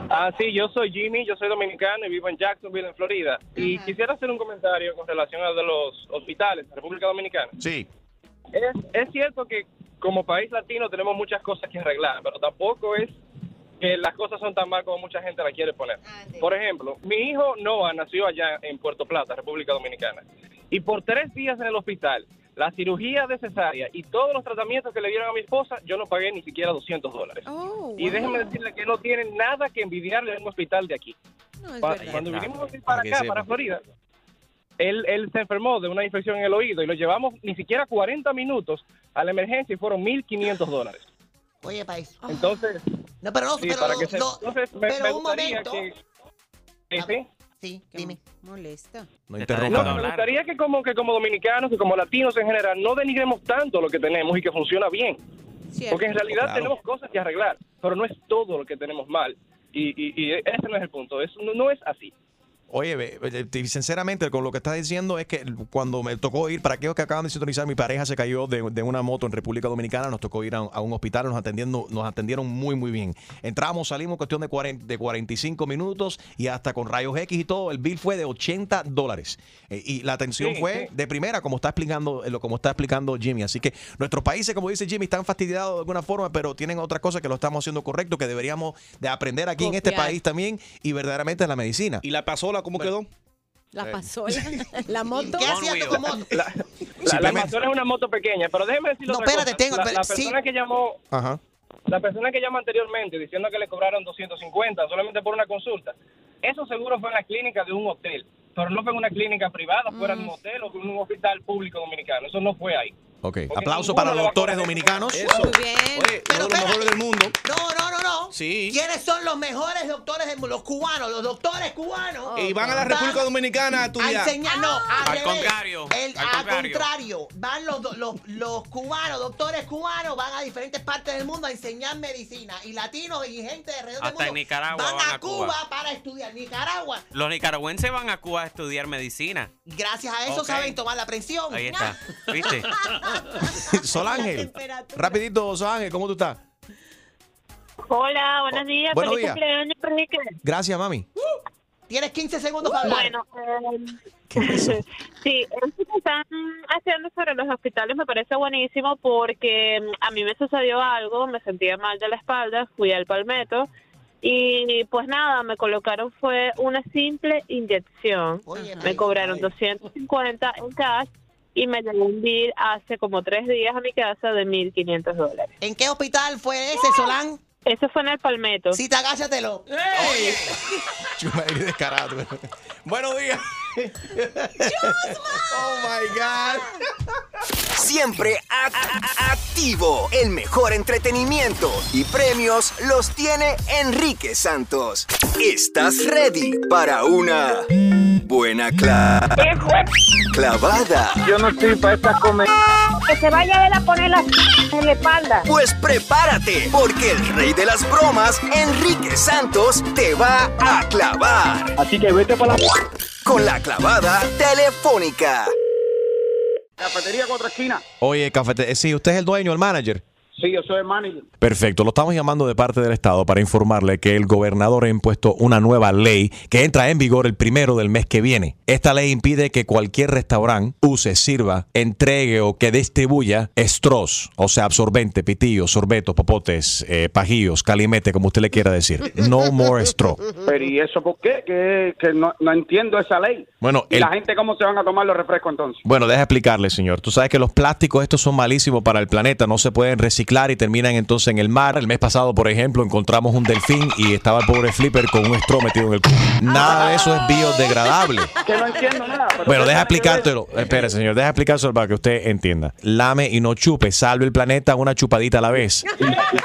Q: Ah, sí, yo soy Jimmy, yo soy dominicano y vivo en Jacksonville, en Florida. Y quisiera hacer un comentario con relación a de los hospitales de la República Dominicana.
C: Sí.
Q: Es, es cierto que como país latino tenemos muchas cosas que arreglar, pero tampoco es que las cosas son tan mal como mucha gente la quiere poner. Por ejemplo, mi hijo Noah nació allá en Puerto Plata, República Dominicana, y por tres días en el hospital, la cirugía de cesárea y todos los tratamientos que le dieron a mi esposa, yo no pagué ni siquiera 200 dólares.
D: Oh,
E: oh.
Q: Y déjenme decirle que no tienen nada que envidiarle a un hospital de aquí. Pa- Cuando vinimos aquí para acá, para Florida, él, él se enfermó de una infección en el oído y lo llevamos ni siquiera 40 minutos a la emergencia y fueron 1.500 dólares.
A: Oye, país.
E: Ah.
Q: Entonces,
A: Ah. No, pero no,
Q: sí,
A: pero
Q: para
A: no,
Q: que se-
A: no,
Q: entonces me,
A: pero
Q: me
A: un
Q: gustaría
A: momento.
Q: que... Sí, sí.
A: Sí, dime.
E: Molesta.
C: No
Q: No, me gustaría que como, que como dominicanos y como latinos en general no denigremos tanto lo que tenemos y que funciona bien.
E: Cierto.
Q: Porque en realidad
E: Claro.
Q: tenemos cosas que arreglar, pero no es todo lo que tenemos mal. Y, y- y ese no es el punto, es, no, no es así.
C: Oye, ve- ve- te- sinceramente, con lo que estás diciendo es que cuando me tocó ir, para aquellos que acaban de sintonizar, mi pareja se cayó de, de una moto en República Dominicana, nos tocó ir a, un- a un hospital, nos, atendiendo, nos atendieron muy, muy bien. Entramos, salimos, cuestión de, 40, de 45 minutos y hasta con rayos X y todo, el bill fue de 80 dólares. Eh, y la atención
Q: Sí,
C: fue
Q: sí.
C: de primera, como está explicando eh, lo como está explicando Jimmy. Así que nuestros países, como dice Jimmy, están fastidiados de alguna forma, pero tienen otras cosas que lo estamos haciendo correcto, que deberíamos de aprender aquí en este
E: Copiar.
C: país también y verdaderamente la medicina.
F: ¿Y la pasola cómo quedó?
E: La pasola. la moto.
A: ¿Qué hacías tú con moto?
Q: La, la Amazona es una moto pequeña, pero déjeme decirle
A: No,
Q: otra
A: espérate,
Q: cosa.
A: tengo-
Q: la, la
A: espérate, sí.
Q: persona que llamó
C: Ajá.
Q: La persona que llama anteriormente diciendo que le cobraron 250 solamente por una consulta, eso seguro fue en la clínica de un hotel, pero no fue en una clínica privada, fuera de un hotel o en un hospital público dominicano. Eso no fue ahí.
C: Ok, aplauso para los doctores dominicanos.
F: Oye, los mejores del mundo.
A: No, no, no, no.
F: Sí.
A: ¿Quiénes son los mejores doctores del mundo? Los cubanos, los doctores cubanos.
F: Y van a la República Dominicana a
A: A
F: estudiar.
A: enseñar, no, al,
F: Al
A: revés.
F: contrario,
A: El-
F: al
A: al
F: contrario.
A: contrario. Van los, do- los, los cubanos, doctores cubanos, van a diferentes partes del mundo a enseñar medicina. Y latinos y gente de alrededor del
D: Hasta en
A: mundo
D: Nicaragua
A: van,
D: van
A: a,
D: a
A: Cuba,
D: Cuba.
A: para estudiar. Nicaragua,
D: Los nicaragüenses van a Cuba a estudiar medicina.
A: gracias a eso
D: Ok.
A: saben tomar la presión.
D: Ahí está. ¿Viste?
C: Sol Ángel, rapidito, Sol Ángel, ¿cómo tú estás?
R: Hola, buenos días.
C: Buenos
R: Feliz
C: días.
R: cumpleaños, Enrique.
C: Gracias, mami.
A: Tienes 15 segundos para hablar.
R: Bueno, eh, sí, eso que están haciendo sobre los hospitales me parece buenísimo porque mm, a mí me sucedió algo, me sentía mal de la espalda, fui al palmeto y pues nada, me colocaron fue una simple inyección. me cobraron 250 en cash y me llegó un bill hace como tres días a mi casa de 1.500 dólares.
A: ¿En qué hospital fue ese, Solán?
R: Eso fue en el palmeto.
A: Sí, te agáchatelo.
C: Chuma, eres descarado. Buenos días.
F: Oh my God.
J: Siempre a- a- a- activo. El mejor entretenimiento y premios los tiene Enrique Santos. ¿Estás ready para una buena cla- clavada? Yo no estoy para esta comer.
R: Que se vaya a la poner la en la espalda.
J: Pues prepárate, porque el rey de las bromas, Enrique Santos, te va a clavar. Así que vete para la... Con la clavada telefónica.
S: Cafetería Cuatro Esquinas.
C: Oye, cafete, eh, sí, usted es el dueño, el manager.
S: Sí, yo soy el manager.
C: Perfecto, lo estamos llamando de parte del Estado para informarle que el gobernador ha impuesto una nueva ley que entra en vigor el primero del mes que viene. Esta ley impide que cualquier restaurante use, sirva, entregue o que distribuya estros, o sea, absorbente, pitillos, sorbetos, popotes, eh, pajillos, calimete, como usted le quiera decir. No more straw.
S: Pero ¿y eso por qué? Que, que no, no entiendo esa ley.
C: Bueno,
S: ¿Y
C: el-
S: la gente cómo se van a tomar los refrescos entonces?
C: Bueno, deja explicarle, señor. Tú sabes que los plásticos estos son malísimos para el planeta, no se pueden reciclar. clara y terminan entonces en el mar. El mes pasado, por ejemplo, encontramos un delfín y estaba el pobre Flipper con un estro metido en el culo. Nada de eso es biodegradable.
S: Que no entiendo nada. pero
C: Bueno, deja
S: ustedes saben que
C: explicártelo. Eh, Espere, señor, deja explicárselo para que usted entienda. Lame y no chupe, salve el planeta una chupadita a la vez.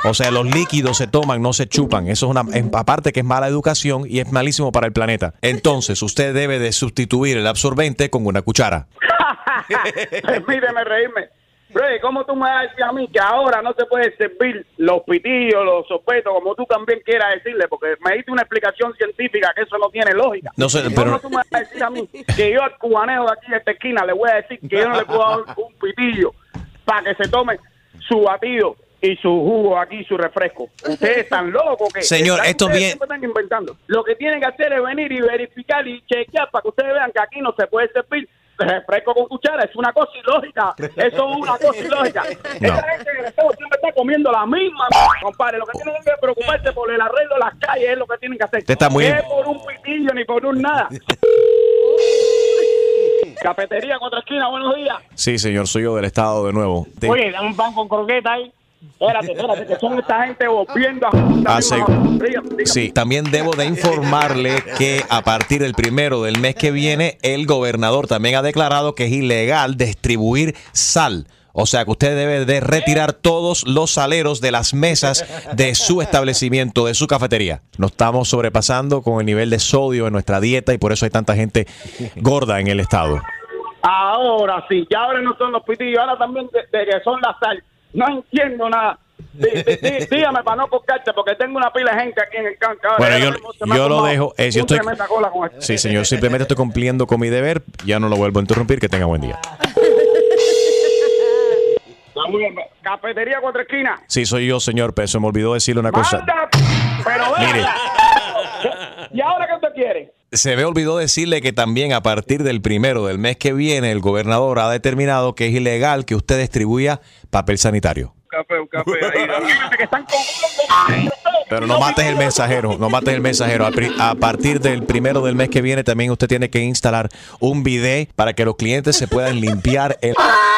C: O sea, los líquidos se toman, no se chupan. Eso es una es- aparte que es mala educación y es malísimo para el planeta. Entonces, usted debe de sustituir el absorbente con una cuchara.
S: Permíteme reírme. Bro, ¿cómo tú me vas a decir a mí que ahora no te puedes servir los pitillos, los sopetos, como tú también quieras decirle? Porque me diste una explicación científica que eso no tiene lógica.
C: No sé,
S: ¿Cómo
C: pero-
S: tú me vas a decir a mí que yo al cubaneo de aquí de esta esquina le voy a decir que yo no le puedo dar un pitillo para que se tome su batido y su jugo aquí, su refresco? Ustedes están locos. que
C: Señor,
S: están-
C: esto
S: ustedes
C: bien-
S: siempre están inventando. Lo que tienen que hacer es venir y verificar y chequear para que ustedes vean que aquí no se puede servir refresco con cuchara. Es una cosa ilógica. Eso es una cosa ilógica.
C: No.
S: Esta gente en el Estado siempre está comiendo la misma, mierda, compadre. Lo que tienen que preocuparse por el arreglo de las calles es lo que tienen que hacer.
C: Usted está muy-
S: No es por un pitillo ni por un nada. Cafetería contra esquina, buenos días.
C: Sí, señor, soy yo del estado de nuevo. Te-
S: Oye, dame un pan con croqueta ahí. Espérate, espérate, que son esta gente volviendo a...
C: Ah, sí. Sí, también debo de informarle que a partir del primero del mes que viene, el gobernador también ha declarado que es ilegal distribuir sal. O sea que usted debe de retirar todos los saleros de las mesas de su establecimiento, de su cafetería. Nos estamos sobrepasando con el nivel de sodio en nuestra dieta y por eso hay tanta gente gorda en el estado.
S: Ahora sí, ya ahora no son los pitillos, ahora también de, de que son la sal. No entiendo nada. Dí- dí- dí- dígame para no cortarte, porque tengo una pila de gente aquí en el canca. ahora.
C: Bueno,
S: Ya
C: yo-
S: mismo se me
C: yo
S: ha
C: lo
S: formado
C: dejo, eh, yo
S: un
C: estoy-
S: tremenda cola con esto.
C: Sí, señor, simplemente estoy cumpliendo con mi deber. Ya no lo vuelvo a interrumpir. Que tenga buen día.
S: Está muy bien. Cafetería cuatro esquinas.
C: Sí, soy yo, señor, pero se me olvidó decirle una cosa.
S: Anda, pero
C: Mire.
S: vea. ¿Y ahora qué usted quiere?
C: Se me olvidó decirle que también a partir del primero del mes que viene, el gobernador ha determinado que es ilegal que usted distribuya papel sanitario.
S: Café, un café. Ahí, que están
C: Pero no mates el mensajero, no mates el mensajero. A, pri- a partir del primero del mes que viene, también usted tiene que instalar un bidet para que los clientes se puedan limpiar el.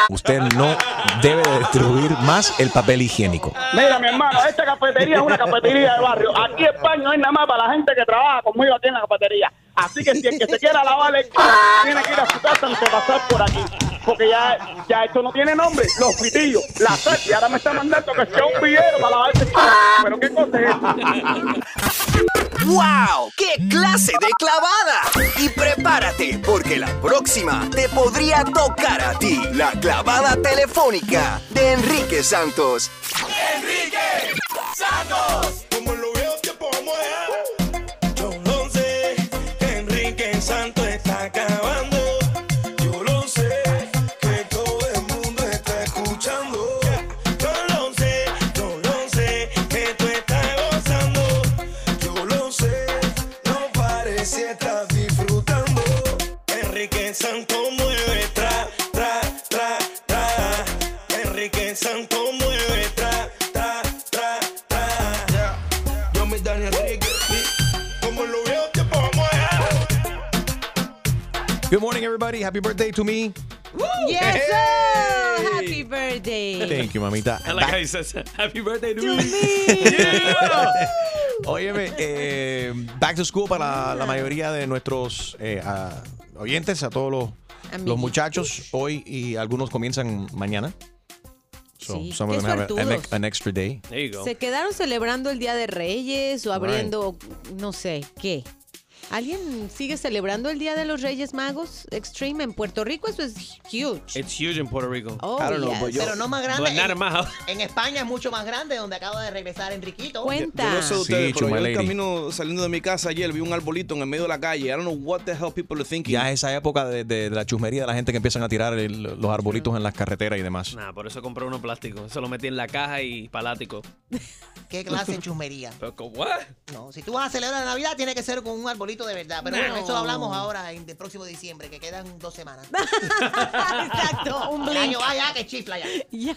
C: Usted no debe de distribuir más el papel higiénico.
S: Mira, mi hermano, esta cafetería es una cafetería de barrio. Aquí en España es nada más para la gente que trabaja conmigo aquí en la cafetería. Así que si el que se quiera lavar el culo, tiene que ir a su casa antes de pasar por aquí. Porque ya, ya esto no tiene nombre. Los pitillos, la sal. Y ahora me está mandando que sea un villero para lavarse el culo. Pero qué cosa es esto?
J: ¡Wow! ¡Qué clase de clavada! Y prepárate, porque la próxima te podría tocar a ti la clavada telefónica de Enrique Santos.
B: Enrique Santos. Como lo veo, que podemos dejar. Yo lo sé, que Enrique Santos está acabando. Yo lo sé, que todo el mundo está escuchando. Yo lo sé, yo lo sé, que tú estás gozando. Yo lo sé, no parece estás disfrutando. Enrique Santos mueve tra, tra, tra, tra. Enrique Santos mueve tra, tra, tra, tra. Yo me dan Enrique, y como lo veo te pongo a
C: Good morning, everybody. Happy birthday to me.
E: Yes, sir. Happy birthday.
C: Thank you, mamita.
H: I like how he says, "Happy birthday to, me."
C: Óyeme, eh, back to school para la mayoría de nuestros eh, a- oyentes, a todos los, los muchachos hoy y algunos comienzan mañana. So,
E: Sí,
C: some of
E: qué
C: them have an,
E: suertudos.
C: an extra day. There you
E: Se quedaron celebrando el Día de Reyes o
C: Right.
E: abriendo, no sé, ¿qué? ¿Alguien sigue celebrando el Día de los Reyes Magos Extreme en Puerto Rico? Eso es huge.
H: It's huge in Puerto Rico.
E: Oh, I don't know, yes. but yo-
A: Pero no más grande.
H: But not in my house.
A: En España es mucho más grande, donde acaba de regresar Enriquito.
F: Yo no sé de ustedes,
C: Sí,
F: pero yo en el
C: Chumalady.
F: camino saliendo de mi casa ayer vi un arbolito en el medio de la calle. I don't know what the hell people are thinking.
C: Ya es esa época de, de la chusmería de la gente que empiezan a tirar el- los arbolitos en las carreteras y demás.
H: Nah, por eso compré uno plástico. Eso lo metí en la caja y palático.
A: ¿Qué clase de chusmería?
H: Pero, ¿con- what?
A: No, si tú vas a celebrar la Navidad, tiene que ser con un arbolito de verdad. Ah, Pero bueno, eso lo hablamos ahora en el próximo diciembre, que quedan dos semanas. Exacto.
E: un
A: Ya,
E: blink.
A: yo, ah, ya, que chifla ya.
E: Ya,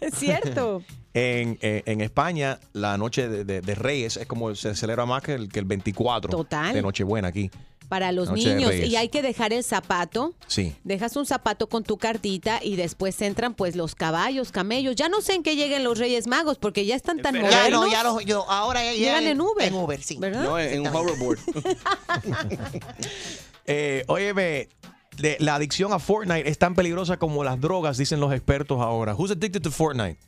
E: es cierto.
C: En, eh, en España, la noche de, de- de Reyes es como se celebra más que el, que el 24
E: Total.
C: de Nochebuena aquí.
E: para los
C: Noche de
E: niños.
C: Reyes.
E: Y hay que dejar el zapato.
C: Sí.
E: Dejas un zapato con tu cartita y después entran pues los caballos, camellos. Ya no sé en qué lleguen los Reyes Magos porque ya están tan modernos.
A: Ya no, ya no, yo ahora ya
E: Llegan en Uber.
A: En Uber, sí.
E: ¿Verdad?
F: No, en un hoverboard.
C: Eh, óyeme, de- la adicción a Fortnite es tan peligrosa como las drogas, dicen los expertos ahora. Who's addicted to Fortnite?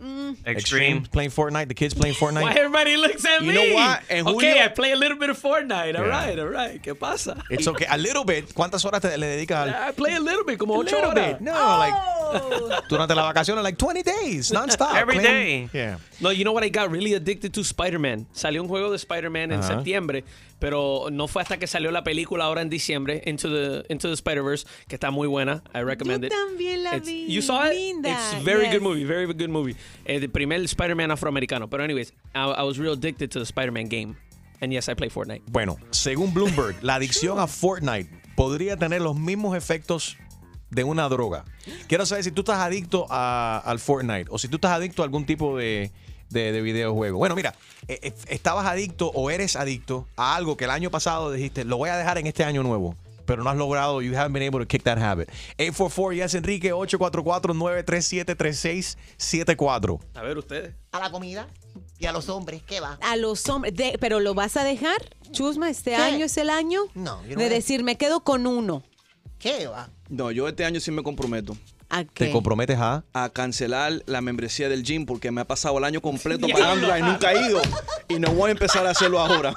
E: Mm,
C: Extreme. Playing Fortnite, the kids playing Fortnite.
H: Why everybody looks at me?
C: You know what? En
H: okay,
C: julio-
H: I play a little bit of Fortnite. All
C: Yeah.
H: right, all right. ¿Qué pasa?
C: It's okay. A little bit. ¿Cuántas horas te le dedicas al...
H: I play a little bit, como
C: A
H: ocho
C: little
H: horas. Ah.
C: bit. No, like durante las vacaciones, like 20 days, non-stop.
H: Every
C: playing-
H: day.
C: Yeah.
H: No, you know what I got really addicted to Spider-Man. Salió un juego de Spider-Man en
C: Ajá.
H: septiembre, pero no fue hasta que salió la película ahora en diciembre, Into the, Into the Spider-Verse, que está muy buena. I recommend it.
E: También la
H: It's-
E: vi.
H: you saw it?
E: Linda.
H: It's very
E: Yes.
H: good movie, very good movie. El primer Spider-Man afroamericano. Pero anyways, I, I was real addicted to the Spider-Man game. And yes, I play Fortnite.
C: Bueno, según Bloomberg, la adicción a Fortnite podría tener los mismos efectos de una droga. Quiero saber si tú estás adicto a- al Fortnite o si tú estás adicto a algún tipo de, de- de videojuego. Bueno, mira, eh, eh, estabas adicto o eres adicto a algo que el año pasado dijiste, lo voy a dejar en este año nuevo. Pero no has logrado, you haven't been able to kick that habit. 844 yes Enrique 844-937-3674.
H: A ver ustedes.
A: A la comida y a los hombres, ¿qué va?
E: A los hombres, de- pero lo vas a dejar, Chusma, este año es el año
A: no
E: de decir, me quedo con uno.
A: ¿Qué va?
F: No, yo este año sí me comprometo.
E: ¿A
C: Te comprometes a.
F: A cancelar la membresía del gym porque me ha pasado el año completo
C: Diablo.
F: pagándola y nunca he ido. Y no voy a empezar a hacerlo ahora.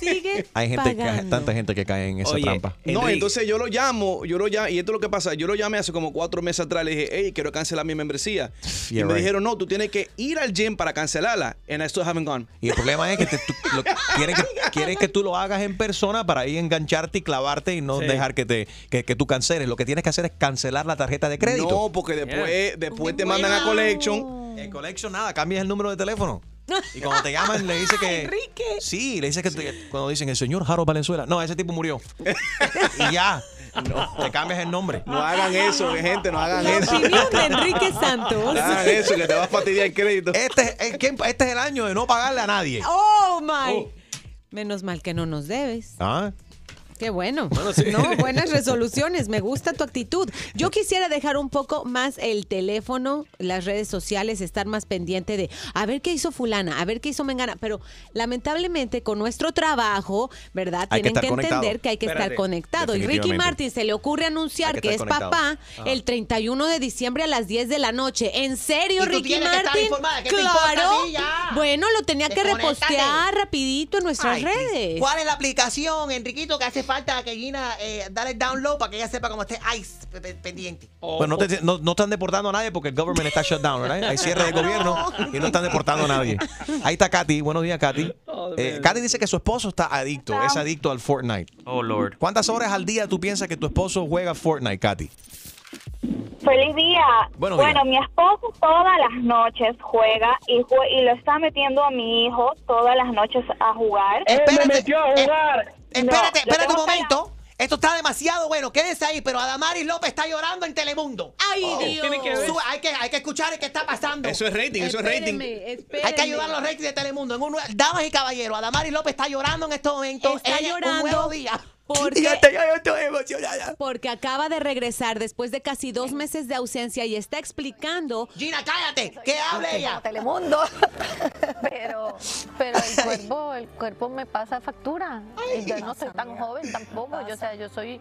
E: Sigue
C: Hay gente, que- tanta gente que cae en esa
F: Oye,
C: trampa.
F: No, entonces yo lo llamo, yo lo llamo, y esto es lo que pasa, yo lo llamé hace como cuatro meses atrás, le dije, hey, quiero cancelar mi membresía. y
C: Yeah,
F: me
C: right.
F: dijeron, no, tú tienes que ir al gym para cancelarla. And I still haven't gone.
C: Y el problema es que, te- tú- lo- quieren, que quieren que tú lo hagas en persona para ahí engancharte y clavarte y no
F: Sí.
C: dejar que te que, que tú canceles. Lo que tienes que hacer es cancelar la tarjeta de crédito.
F: No, porque después, eh, después te mandan a collection.
C: En collection nada, cambias el número de teléfono. Y cuando te llaman le dice que Sí, le dice que te- cuando dicen el señor Harold Valenzuela, no, ese tipo murió. y ya. Te cambias el nombre.
F: No hagan eso, que gente, no hagan
C: La
F: eso.
C: opinión de Enrique
E: Santos.
F: No hagan eso, que te vas a fastidiar el crédito.
C: Este, es- es que- este es el año de no pagarle a nadie.
E: Oh my. Menos mal que no nos debes.
C: Ah.
E: Qué bueno.
C: sí.
E: No, buenas resoluciones. Me gusta tu actitud. Yo quisiera dejar un poco más el teléfono, las redes sociales, estar más pendiente de a ver qué hizo fulana, a ver qué hizo Mengana. Pero lamentablemente con nuestro trabajo, ¿verdad?
T: Hay que
E: Tienen que,
T: estar
E: entender
T: conectado.
E: que hay que
T: Espérate.
E: estar conectado. Y Ricky
T: Definitivamente.
E: Martin se le ocurre anunciar
T: Hay
E: que,
T: que
E: es
T: estar conectado.
E: papá
A: Ah.
T: Ajá.
E: el 31 de diciembre a las 10 de la noche. ¿En serio,
A: Y tú
E: Ricky
A: tienes que estar
E: Martin?
A: informada, ¿qué te importa a
E: claro.
A: ti ya?
E: Bueno, lo tenía que
A: Desconéctate.
E: repostear rapidito en nuestras
A: Ay,
E: redes.
A: ¿Cuál es la aplicación, Enriquito, que hace falta que Gina eh, dale download para que ella sepa cómo esté ICE pe- pe- pendiente?
C: Bueno, no, te- no- no están deportando a nadie porque el government está shut down, ¿verdad? Hay cierre de gobierno y no están deportando a nadie. Ahí está Katy. Buenos días, Katy.
D: Oh,
C: Eh, Katy dice que su esposo está adicto, es adicto al Fortnite.
D: Oh, Lord.
C: ¿Cuántas horas al día tú piensas que tu esposo juega Fortnite, Katy?
T: Feliz día.
C: Buenos
T: bueno,
C: días.
T: mi esposo todas las noches juega y, jue- y lo está metiendo a mi hijo todas las noches a jugar.
A: Espérate, eh,
T: No,
A: espérate,
T: lo
A: espérate un
T: tengo
A: momento. Esto está demasiado bueno. Quédese ahí, pero Adamaris López está llorando en Telemundo.
E: ¡Ay, Dios! Tiene que ver.
A: Su- hay, que, hay que escuchar qué está pasando.
F: Eso es rating, eso es rating.
E: Espérenme,
A: Hay que
E: espérenme.
A: ayudar a los ratings de Telemundo. En un, nue- damas y caballeros, Adamaris López está llorando en este momento.
E: Está
A: Ella-
E: llorando
A: Un nuevo día.
E: porque-
A: Y yo estoy- yo estoy emocionada.
E: Porque acaba de regresar después de casi dos meses de ausencia y está explicando.
A: Gina, cállate, que hable ella.
U: Telemundo. pero pero el cuerpo el cuerpo me pasa factura y yo no soy tan joven tampoco yo o sea yo soy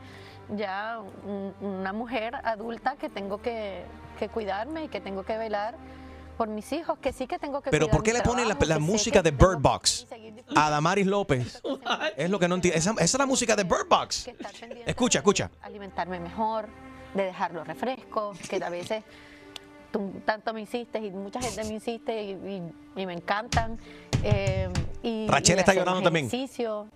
U: ya un- una mujer adulta que tengo que, que cuidarme y que tengo que velar por mis hijos que sí que tengo que
C: Pero
T: cuidar
C: ¿por qué
T: mi
C: le ponen la,
T: trabajo,
C: la
T: que sé
C: música
T: que
C: de Bird Box a Damaris López? Es lo que no entiendo. Esa, esa es la música de Bird Box. Escucha, escucha.
T: alimentarme mejor, de dejar los refrescos, que a veces tú tanto me insistes y mucha gente me insiste y, y- y me encantan. eh, y,
F: Rachel
T: y
F: está
T: hacer
F: llorando
T: más
F: también.
T: ejercicio,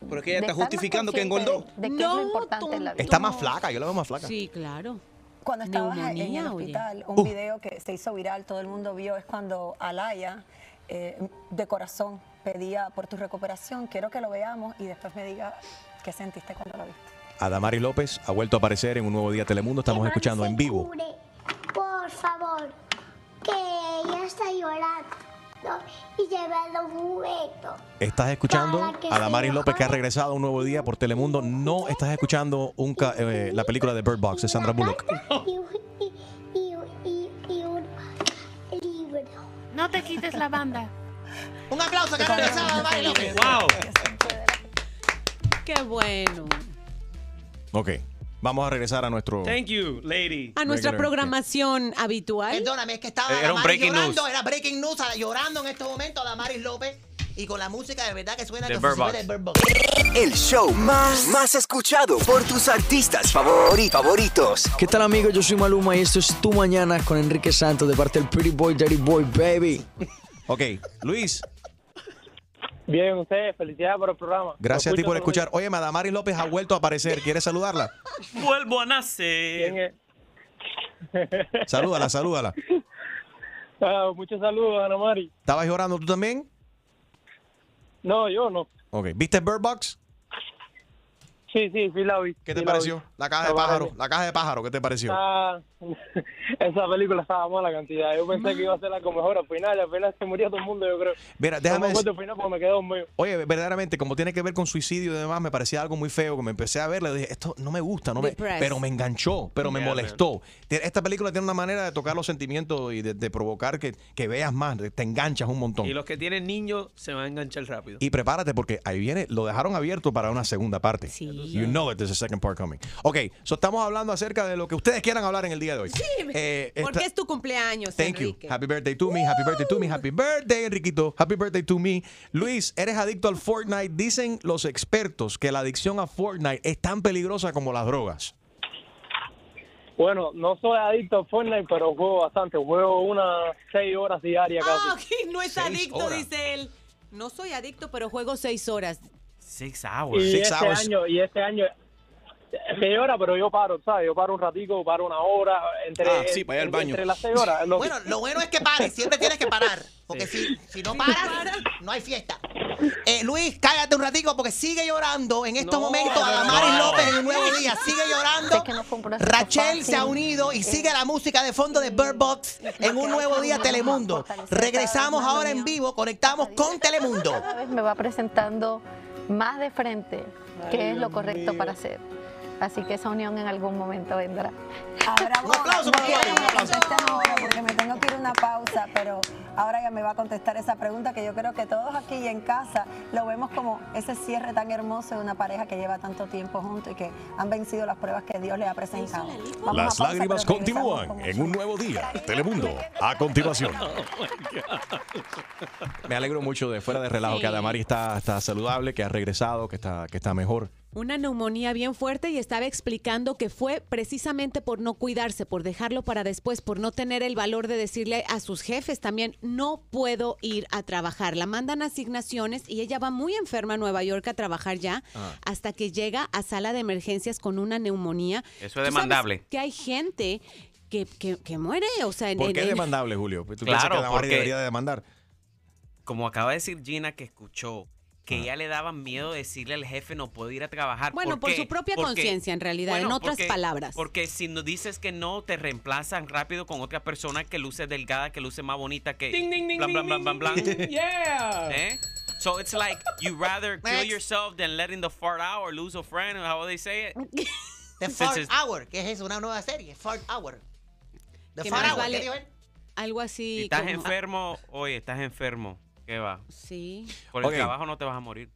F: Pero es que ella
T: de
F: está
T: estar más
F: justificando que
T: consciente
F: engordó.
T: De, de qué es lo importante en la vida.
C: Está más flaca, yo la veo más flaca.
E: Sí, claro.
V: Cuando estabas en
E: Neumonía,
V: el
E: oye.
V: hospital, un
C: Uh.
V: video que se hizo viral, todo el mundo vio, es cuando Alaya, eh, de corazón, pedía por tu recuperación, quiero que lo veamos y después me diga qué sentiste cuando lo viste.
C: Adamaris López ha vuelto a aparecer en un nuevo día Telemundo. Estamos escuchando en vivo.
W: Por favor, que ella está llorando.
G: esto y llevar los juguetos.
C: Estás escuchando
G: Para que
C: a Damaris
G: se
C: López que ha regresado a un nuevo día por Telemundo. No estás escuchando un ca- eh, la película de Bird Box de Sandra Bullock.
G: Y, un- y- y un- y- y un libro.
I: No te quites la banda.
A: Un aplauso que ha regresado a Damaris López.
D: ¡Wow!
E: Qué bueno.
C: Ok, vamos a regresar a nuestro...
H: Thank you, lady.
E: A nuestra
C: Regular.
E: programación habitual.
A: Perdóname, es que estaba
C: Eh, era un
A: Damaris
C: breaking
A: llorando,
C: news.
A: era breaking news, ah, llorando en este momento a Damaris López y con la música de verdad que suena
J: De
A: que
J: Bird
A: se supera
J: Box.
A: el Bird Box.
J: El show más, más escuchado por tus artistas favori- favoritos.
W: ¿Qué tal amigos? Yo soy Maluma y esto es Tu Mañana con Enrique Santos de parte del Pretty Boy, Daddy Boy, Baby.
C: Ok, Luis,
Q: Bien, ustedes, felicidades por el programa.
C: gracias a ti por
Q: Lo escucho
C: escuchar. Oye, ma, Damaris López ha vuelto a aparecer. ¿Quieres saludarla?
D: Vuelvo a nacer.
C: Salúdala, salúdala.
Q: Ah, muchos saludos, Ana Mari.
C: ¿Estabas llorando tú también?
Q: No, yo no.
C: Ok, ¿viste Bird Box?
Q: Sí, sí, sí la vi. Ah,
C: ¿Qué te pareció? La caja de pájaro, la caja de pájaro, ¿qué te pareció?
Q: esa película estaba mala cantidad. Yo pensé que iba a ser algo mejor al final. y Al final se murió todo el mundo, yo creo.
C: Mira, déjame
Q: No me acuerdo
C: decir-
Q: al final porque me quedé dormido.
C: Oye, verdaderamente, como tiene que ver con suicidio y demás, me parecía algo muy feo. Como empecé a verla, dije, esto no me gusta, no me,
Q: Depressed.
C: pero me enganchó, pero me
Q: Yeah,
C: molestó. Tiene- Esta película tiene una manera de tocar los sentimientos y de, de provocar que, que veas más, te enganchas un montón.
H: Y
C: Y,
H: los que tienen niños se van a enganchar rápido.
C: prepárate porque ahí viene, lo dejaron abierto para una segunda parte. You know it, there's a second part coming. Ok, so estamos hablando acerca de lo que ustedes quieran hablar en el día de hoy. Eh, esta-
E: Porque es tu cumpleaños,
C: Thank you.
E: Enrique.
C: Happy birthday to me. Happy birthday to me. Happy birthday, Enriquito. Happy birthday to me. Luis, eres adicto al Fortnite. Dicen los expertos que la adicción a Fortnite es tan peligrosa como las drogas.
Q: Bueno, no soy adicto a Fortnite, pero juego bastante. Juego unas 6 horas diarias casi.
E: Ah, ok, no es adicto,
Q: horas.
E: dice él. No soy adicto, pero juego seis horas.
D: Six
Q: Y
D: hours.
Q: este año, y este año, seis horas, pero yo paro, ¿sabes? Yo paro un ratico, paro una hora, entre,
F: Ah, sí, para ir al baño.
Q: entre las seis horas. Lo que-
A: Bueno, lo bueno es que pares, siempre tienes que parar. Porque si, si no paras, no hay fiesta. Eh, Luis, cállate un ratico porque sigue llorando en estos momentos a Damaris
G: no.
A: López en un nuevo día. Sigue llorando. Rachel se ha unido y sigue la música de fondo de Bird Box en un nuevo día Telemundo. Regresamos ahora en vivo, conectamos con Telemundo.
U: Cada vez me va presentando más de frente qué es lo correcto para hacer. Así que esa unión en algún momento vendrá.
A: Un aplauso para
U: Damaris, un aplauso.
V: Esta no, este porque me tengo que ir a una pausa, pero ahora ya me va a contestar esa pregunta que yo creo que todos aquí y en casa lo vemos como ese cierre tan hermoso de una pareja que lleva tanto tiempo junto y que han vencido las pruebas que Dios les ha presentado. Vamos a
C: Las
V: pausa,
C: lágrimas
V: pero regresamos
C: continúan en un nuevo día. Telemundo, a continuación. Me alegro mucho de fuera de relajo
E: Sí.
C: que Adamari está, está saludable, que ha regresado, que está, que está mejor.
E: Una neumonía bien fuerte y estaba explicando que fue precisamente por no cuidarse, por dejarlo para después, por no tener el valor de decirle a sus jefes también, no puedo ir a trabajar. La mandan a asignaciones y ella va muy enferma a Nueva York a trabajar ya
D: Ah.
E: hasta que llega a sala de emergencias con una neumonía.
D: Eso es
E: Tú sabes
D: demandable.
E: Que hay gente que, que- que muere, o sea, en-
C: ¿Por
E: en-
C: qué es
E: en-
C: demandable, Julio? ¿Tú piensas
D: Claro,
C: que Adamari
D: porque-
C: debería de demandar?
D: Como acaba de decir Gina que escuchó
C: Ah.
D: que ella le daba miedo decirle al jefe no puedo ir a trabajar.
E: Bueno, por
D: qué?
E: su propia
D: Porque-
E: conciencia, en realidad, en
D: Bueno,
E: otras
D: porque-
E: palabras.
D: Porque si no dices que no, te reemplazan rápido con otra persona que luce delgada, que luce más bonita, que...
H: Ding, ding, ding,
D: blan,
H: ding,
D: blan,
H: ding,
D: blan, blan,
H: ding,
D: blan.
H: ding.
A: Oh.
H: Yeah.
D: ¿Eh? So it's like you rather kill yourself than letting the fart out or lose a friend, or how they say it.
A: The
D: Since
A: Fart
D: it's-
A: Hour, que es eso, una nueva serie, Fart Hour. The
E: Que
A: Fart
E: más
A: Hour,
E: vale-
A: ¿qué dijo él?
E: algo así.
D: Si estás
E: como-
D: enfermo, oye, estás enfermo. ¿Qué va?
E: Sí.
D: Por el
C: Ok.
D: trabajo no te vas a morir.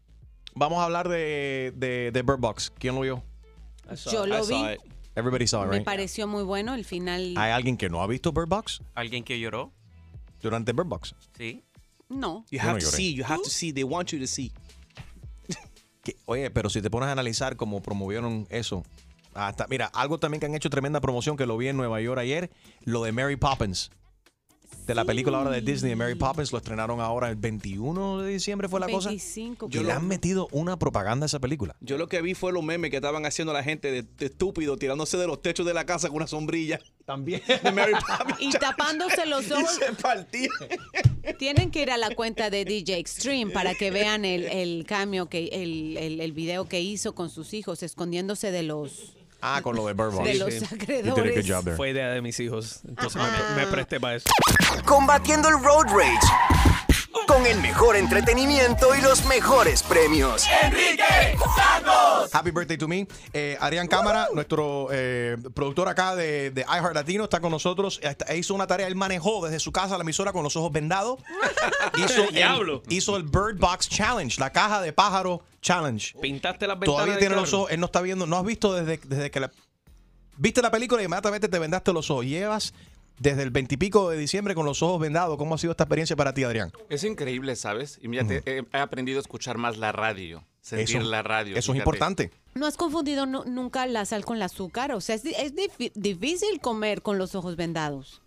C: Vamos a hablar de, de, de Bird Box. ¿Quién lo vio?
E: saw Yo it. lo I saw vi. it.
C: Everybody saw it,
E: Me
C: right?
E: pareció muy bueno el final.
C: ¿Hay alguien que no ha visto Bird Box
D: ¿Alguien que lloró?
C: durante Bird Box?
D: Sí.
E: No.
F: You
C: Yo no
F: have to
C: lloré.
F: see, you have to see, they want you to see.
C: Que- oye, pero si te pones a analizar cómo promovieron eso. Hasta, mira, algo también que han hecho tremenda promoción que lo vi en Nueva York ayer, lo de Mary Poppins. De la película ahora de Disney de Mary Poppins, lo estrenaron ahora el 21 de diciembre, fue la cosa.
E: 25,
C: Yo le
F: creo.
C: han metido una propaganda a esa película.
F: Yo lo que vi fue los memes que estaban haciendo la gente de, de estúpido tirándose de los techos de la casa con una sombrilla.
C: También.
F: Mary Poppins.
E: Y tapándose los ojos.
F: se
E: Tienen que ir a la cuenta de DJ Extreme para que vean el, el cambio que el, el- el video que hizo con sus hijos escondiéndose de los.
C: Ah, con lo de Bird Box.
E: De los acreedores.
C: You did a good job there.
H: Fue idea de mis hijos. Entonces me, me presté para eso.
J: Combatiendo el road rage. con el mejor entretenimiento y los mejores premios.
B: Enrique Santos.
C: Happy birthday to me. Eh, Arián Cámara, nuestro eh, productor acá de, de iHeart Latino, está con nosotros. Hasta- hizo una tarea, él manejó desde su casa a la emisora con los ojos vendados. hizo, el,
H: Diablo.
C: hizo el Bird Box Challenge, la caja de pájaro challenge.
H: Pintaste las ventanas.
C: Todavía
H: del
C: tiene los
H: carro.
C: ojos, él no está viendo, no has visto desde, desde que la... Viste la película y inmediatamente te vendaste los ojos. Llevas desde el veintipico de diciembre con los ojos vendados. ¿Cómo ha sido esta experiencia para ti, Adrián?
K: Es increíble, ¿sabes? Y mira, te- he, he aprendido a escuchar más la radio, sentir
C: Eso-
K: la radio.
C: Eso es
K: fíjate.
C: importante.
E: ¿No has confundido nu- nunca la sal con el azúcar? O sea, es, di- es difi- difícil comer con los ojos vendados.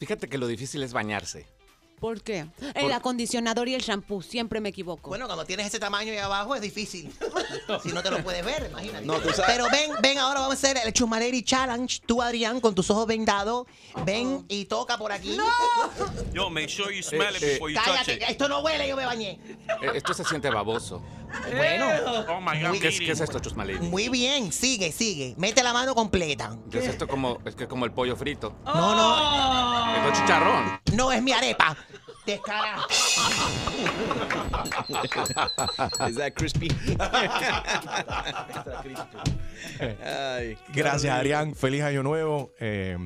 K: Fíjate que lo difícil es bañarse.
E: ¿Por qué? El
K: Por-
E: acondicionador y el shampoo, siempre me equivoco.
A: Bueno, cuando tienes ese tamaño ahí abajo es difícil. si no te lo puedes ver, imagínate. No, tú sabes- Pero ven, ven, ahora vamos a hacer el Chumareri Challenge. Tú, Adrián, con tus ojos vendados, ven y toca por aquí.
K: Yo, make sure you smell it before you touch
A: Cállate, esto no huele, yo me bañé.
K: eh, esto se siente baboso.
A: Bueno.
K: Oh my God. ¿Qué, es- qué es esto, Chusma Lady?
A: Muy bien, sigue, sigue. Mete la mano completa.
K: ¿Qué es esto como, es que como el pollo frito?
A: No,
E: Ah,
A: no.
K: Es un chicharrón.
A: No es mi arepa. Descarado.
F: Is that crispy? Ay,
C: Gracias, Adrián. Feliz año nuevo. Eh,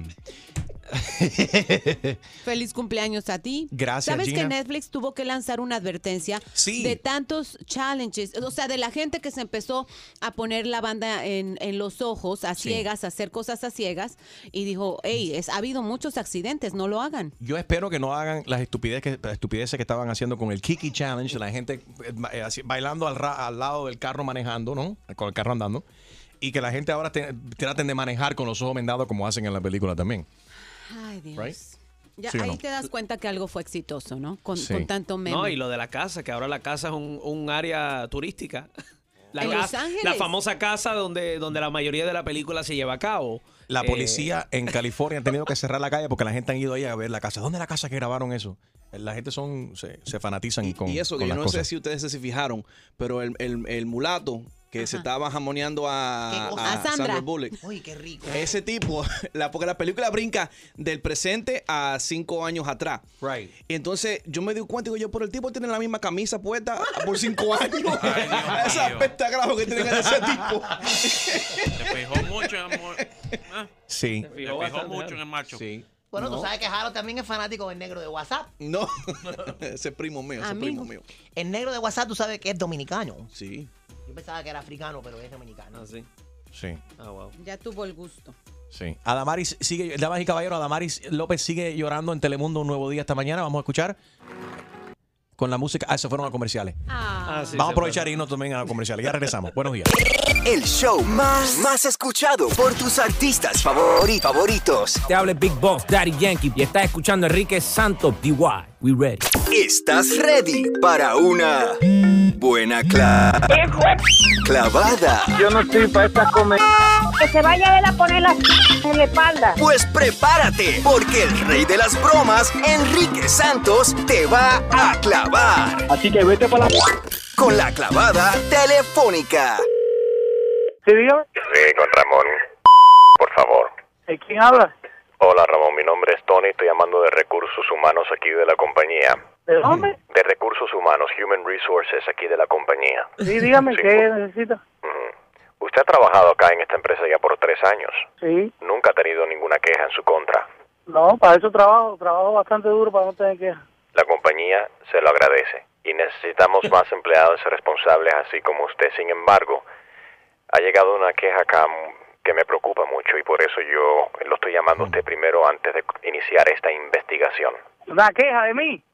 E: Feliz cumpleaños a ti.
C: Gracias,
E: ¿Sabes
C: Gina.
E: que Netflix tuvo que lanzar una advertencia de tantos challenges? O sea, de la gente que se empezó a poner la banda en, en los ojos, a
C: Sí.
E: ciegas, a hacer cosas a ciegas, y dijo, hey, es, ha habido muchos accidentes, no lo hagan.
C: yo espero que no hagan las estupideces que, las estupideces que estaban haciendo con el Kiki Challenge, la gente eh, ba- eh, así- bailando al, ra- al lado del carro manejando, ¿no? Con el carro andando. Y que la gente ahora te- traten de manejar con los ojos vendados como hacen en la película también.
E: Ay, Dios.
C: Right?
E: Ya,
C: ¿Sí o
E: ahí
C: no?
E: te das cuenta que algo fue exitoso, ¿no? Con,
C: Sí.
E: con tanto meme.
H: No, y lo de la casa, que ahora la casa es un, un área turística. La,
E: ¿En
H: casa-
E: Los Ángeles?
H: la famosa casa donde, donde la mayoría de la película se lleva a cabo.
C: La
H: Eh,
C: policía en California han tenido que cerrar la calle porque la gente han ido ahí a ver la casa. ¿Dónde es la casa que grabaron eso? La gente son se, se fanatizan con,
F: Y eso, que
C: con
F: yo
C: las
F: no sé
C: cosas.
F: si ustedes se fijaron, pero el, el- el mulato que se estaba jamoneando a,
A: ¿Qué
E: ah,
A: cosa?
F: a
A: A Sandra.
F: Ah, Sandra Bullock.
A: Uy, qué rico.
F: Ese tipo, la, porque la película brinca del presente a cinco años atrás.
C: Right.
F: Y entonces yo me di cuenta y digo yo, pero el tipo tiene la misma camisa puesta por cinco años. Esa pesta grajo que tiene ese tipo.
D: Te fijó mucho, amor.
C: Sí.
D: Te fijó mucho en el macho.
C: Sí.
A: Bueno,
F: No.
A: tú sabes que Jaro también es fanático del negro de WhatsApp.
F: No, ese primo mío, ese primo
A: Amigo.
F: mío.
A: El negro de WhatsApp, tú sabes que es dominicano.
F: Sí.
A: Yo pensaba que era africano, pero es dominicano.
H: sí.
C: Sí.
X: Ah,
E: Ya tuvo el gusto.
C: Sí. Adamaris sigue, damas y caballero, Adamaris López sigue llorando en Telemundo un nuevo día esta mañana. Vamos a escuchar con la música. Ah, se fueron a comerciales. Vamos a aprovechar y irnos también a comerciales. Ya regresamos. Buenos días.
J: El show más, más escuchado por tus artistas favori- favoritos.
L: Te habla el Big Boss Daddy Yankee y estás escuchando a Enrique Santos DY. We ready.
J: ¿Estás ready para una buena cla- clavada? Yo no estoy para esta comer.
P: Que se vaya a él a poner la en la espalda.
J: Pues prepárate, porque el rey de las bromas, Enrique Santos, te va a clavar. Así que vete para la... Con la clavada telefónica.
M: Sí, dígame.
X: Sí, con Ramón. Por favor.
M: ¿Eh, ¿Quién habla?
X: Hola Ramón, mi nombre es Tony, estoy llamando de recursos humanos aquí de la compañía.
M: ¿De dónde?
X: De recursos humanos, Human Resources aquí de la compañía.
M: Sí, dígame,
X: Sí.
M: ¿qué necesita?
X: Ujú. Usted ha trabajado acá en esta empresa ya por tres años.
M: Sí.
X: Nunca ha tenido ninguna queja en su contra.
M: No, para eso trabajo. Trabajo bastante duro para no tener que...
X: La compañía se lo agradece y necesitamos más empleados responsables así como usted. Sin embargo, ha llegado una queja acá m- que me preocupa mucho y por eso yo lo estoy llamando a usted primero antes de iniciar esta investigación.
M: ¿Una queja de mí?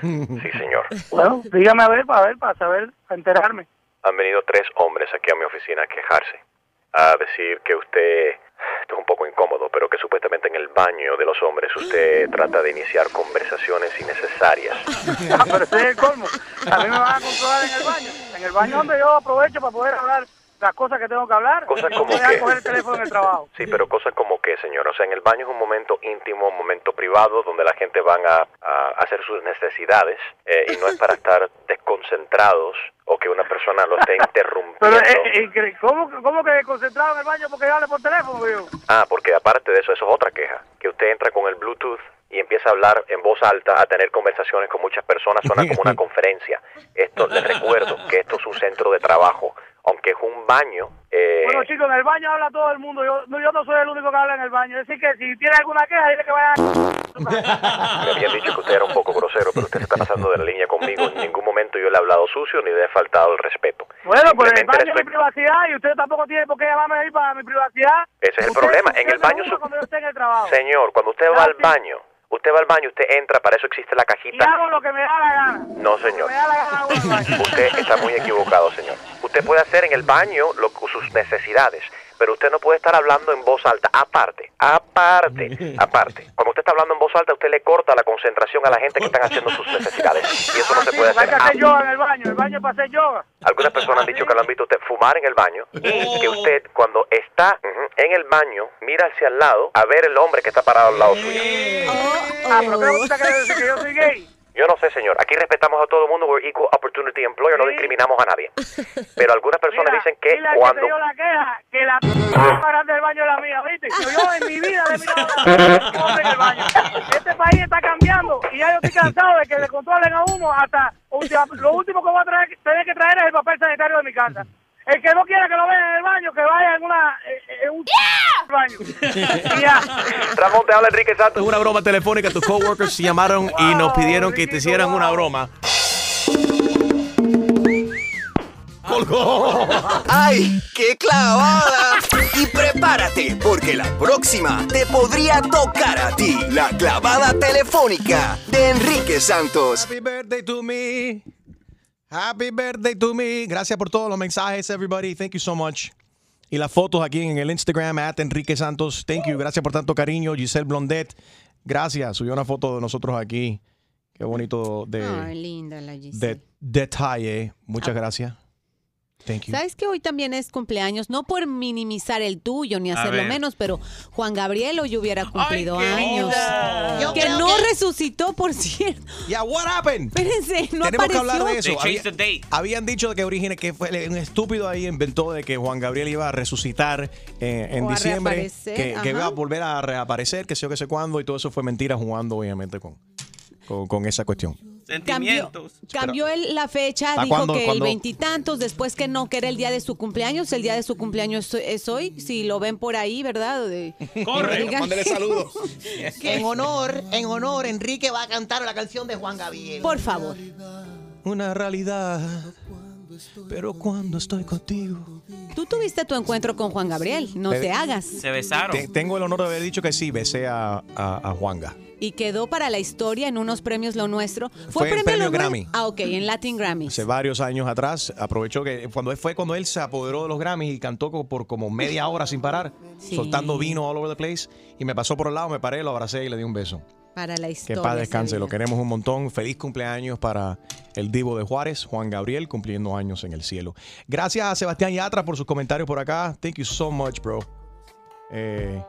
X: Sí, señor.
M: Bueno, dígame a ver, para ver, para saber, para enterarme.
X: Han venido tres hombres aquí a mi oficina a quejarse, a decir que usted, esto es un poco incómodo, pero que supuestamente en el baño de los hombres usted trata de iniciar conversaciones innecesarias.
M: Ah, pero ese es el colmo. A mí me van a controlar en el baño. En el baño, hombre, yo aprovecho para poder hablar las cosas que tengo que hablar.
X: Cosas
M: No
X: como
M: me dejan
X: qué.
M: coger el teléfono en el trabajo.
X: Sí, pero cosas como que, señor, o sea, en el baño es un momento íntimo, un momento privado, donde la gente van a, a hacer sus necesidades eh, y no es para estar desconcentrados o que una persona lo esté
M: Pero,
X: interrumpiendo.
M: eh, eh, que- ¿cómo, ¿cómo que concentrado en el baño porque yo hablo por teléfono, yo?
X: Ah, porque aparte de eso, eso es otra queja, que usted entra con el Bluetooth y empieza a hablar en voz alta, a tener conversaciones con muchas personas, suena como una conferencia. Esto, les recuerdo que esto es un centro de trabajo, aunque es un baño. eh,
M: Bueno, chicos, en el baño habla todo el mundo. Yo no, yo no soy el único que habla en el baño. Así que si tiene alguna queja, dile que vaya
X: me habían dicho que usted era un poco grosero, pero usted se está pasando de la línea conmigo. En ningún momento yo le he hablado sucio ni le he faltado el respeto.
M: Bueno, pues el
X: Simplemente
M: baño
X: le
M: es mi
X: estoy-
M: privacidad y usted tampoco tiene por qué llamarme ahí para mi privacidad.
X: Ese es el
M: Usted-
X: problema.
M: usted
X: En el
M: me
X: baño
M: usa
X: su-
M: cuando yo esté en el trabajo.
X: Señor, cuando usted va al baño, usted va al baño, usted entra, para eso existe la
M: Y
X: cajita.
M: hago lo que me da la gana.
X: No, señor.
M: Me da la gana, bueno.
X: Usted está muy equivocado, señor. Usted puede hacer en el baño lo, sus necesidades, pero usted no puede estar hablando en voz alta. Aparte, aparte, aparte. Cuando usted está hablando en voz alta, usted le corta la concentración a la gente que están haciendo sus necesidades. Y eso no se puede
M: Hay
X: hacer. Ah,
M: que hacer yoga en el baño. El baño es para hacer yoga.
X: Algunas personas han dicho que lo han visto usted fumar en el baño y que usted cuando está ujú, en el baño mira hacia el lado a ver el hombre que está parado al lado suyo.
M: Ah, pero ¿qué gusta que decir que yo soy gay?
X: Yo no sé, señor. Aquí respetamos a todo el mundo. We're equal opportunity employer. No discriminamos a nadie. Pero algunas personas dicen que
M: Dile al que
X: cuando...
M: te dio la queja que la más grande del baño es la mía, ¿viste? Que Yo en mi vida le he mirado a un hombre en el baño. Este país está cambiando y ya yo estoy cansado de que le controlen a uno hasta... o sea, lo último que voy a traer, tener que traer es el papel sanitario de mi casa. El que no quiera que lo vean en el baño, que vaya en una... eh, En un baño. Y ya.
X: Ramón, te habla Enrique Santos.
C: Una broma telefónica. Tus coworkers llamaron y nos pidieron que te hicieran una broma.
J: ¡Colgó! ¡Ay, qué clavada! Y prepárate, porque la próxima te podría tocar a ti la clavada telefónica de Enrique Santos.
C: Happy birthday to me. Happy birthday to me. Gracias por todos los mensajes, everybody. Thank you so much. Y las fotos aquí en el Instagram, at Enrique Santos. Thank you. Gracias por tanto cariño. Giselle Blondet. Gracias. Subió una foto de nosotros aquí. Qué bonito de,
E: Ay, linda la Giselle.
C: de detalle. Muchas gracias. Thank you.
E: ¿Sabes que hoy también es cumpleaños? No por minimizar el tuyo ni
C: A
E: hacerlo
C: ver.
E: menos, pero Juan Gabriel hoy hubiera cumplido
C: qué
E: años.
C: linda. Yo
E: Que
C: creo
E: no
C: que-
E: resucitó, por cierto.
C: Ya, what happened?
E: Espérense, no
C: Tenemos que
E: apareció.
C: hablar de eso. Había- habían dicho que origine que fue un estúpido ahí inventó de que Juan Gabriel iba a resucitar eh, en
E: O a
C: diciembre,
E: reaparecer,
C: que, que iba
E: ajá.
C: a volver a reaparecer, que sé yo que sé cuándo y todo eso fue mentira jugando obviamente con con, con esa cuestión.
E: eh, Cambió, cambió el- la fecha,
C: ¿Para
E: dijo
C: cuándo-
E: que
C: cuándo?
E: el veintitantos, después que no, que era el día de su cumpleaños. El día de su cumpleaños es- es hoy, si lo ven por ahí, ¿verdad? De- digan-
A: En honor, en honor, Enrique va a cantar la canción de Juan Gabriel.
E: Por favor.
C: Una realidad. Pero cuando estoy contigo.
E: Tú tuviste tu encuentro con Juan Gabriel, no
C: Eh,
E: te hagas.
D: Se besaron.
C: Te- tengo el honor de haber dicho que sí, besé a, a, a Juanga.
E: Y quedó para la historia en unos premios Lo Nuestro.
C: Fue el premio
E: Lo Nue-
C: Grammy.
E: Ah, ok, en Latin Grammy.
C: Hace varios años atrás, aprovechó que cuando fue cuando él se apoderó de los Grammys y cantó co- por como media hora sin parar,
E: Sí.
C: soltando vino all over the place. Y me pasó por el lado, me paré, lo abracé y le di un beso.
E: Para la
C: Que
E: historia.
C: paz descanse,
E: se
C: lo queremos un montón. Feliz cumpleaños para el Divo de Juárez, Juan Gabriel, cumpliendo años en el cielo. Gracias a Sebastián Yatra por sus comentarios por acá. Thank you so much, bro. Eh,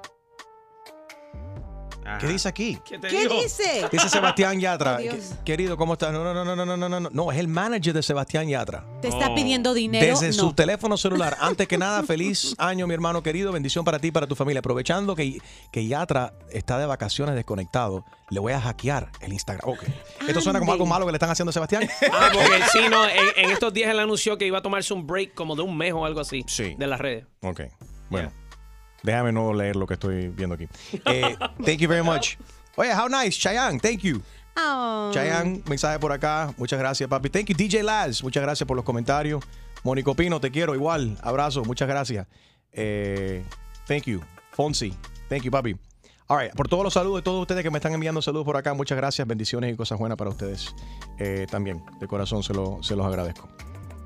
C: ¿Qué dice aquí?
E: ¿Qué dice? Oh,
C: Dice Sebastián Yatra.
E: Dios.
C: "Qu- Querido, ¿cómo estás? No, no, no, no, no, no, no, no. No, es el manager de Sebastián Yatra.
E: ¿Te está pidiendo dinero?
C: Desde
E: No.
C: su teléfono celular. Antes que nada, feliz año, mi hermano querido. Bendición para ti y para tu familia. Aprovechando que, que Yatra está de vacaciones desconectado, le voy a hackear el Instagram. Ok. Esto suena como
H: Ande.
C: algo malo que le están haciendo a Sebastián.
H: Ah, porque el Sino en, en estos días él anunció que iba a tomarse un break como de un mes o algo así de las redes.
C: Ok. Bueno. Déjame no leer lo que estoy viendo aquí. Eh, thank you very much. Oye, how nice, Chayanne. Thank you.
E: Ah.
C: Chayanne, mensaje por acá. Muchas gracias, papi. Thank you, DJ Laz. Muchas gracias por los comentarios. Mónico Pino, te quiero igual. Abrazo, muchas gracias. Eh, thank you. Fonsi, thank you, papi. All right, por todos los saludos de todos ustedes que me están enviando saludos por acá, muchas gracias, bendiciones y cosas buenas para ustedes eh, también. De corazón se, lo- se los agradezco.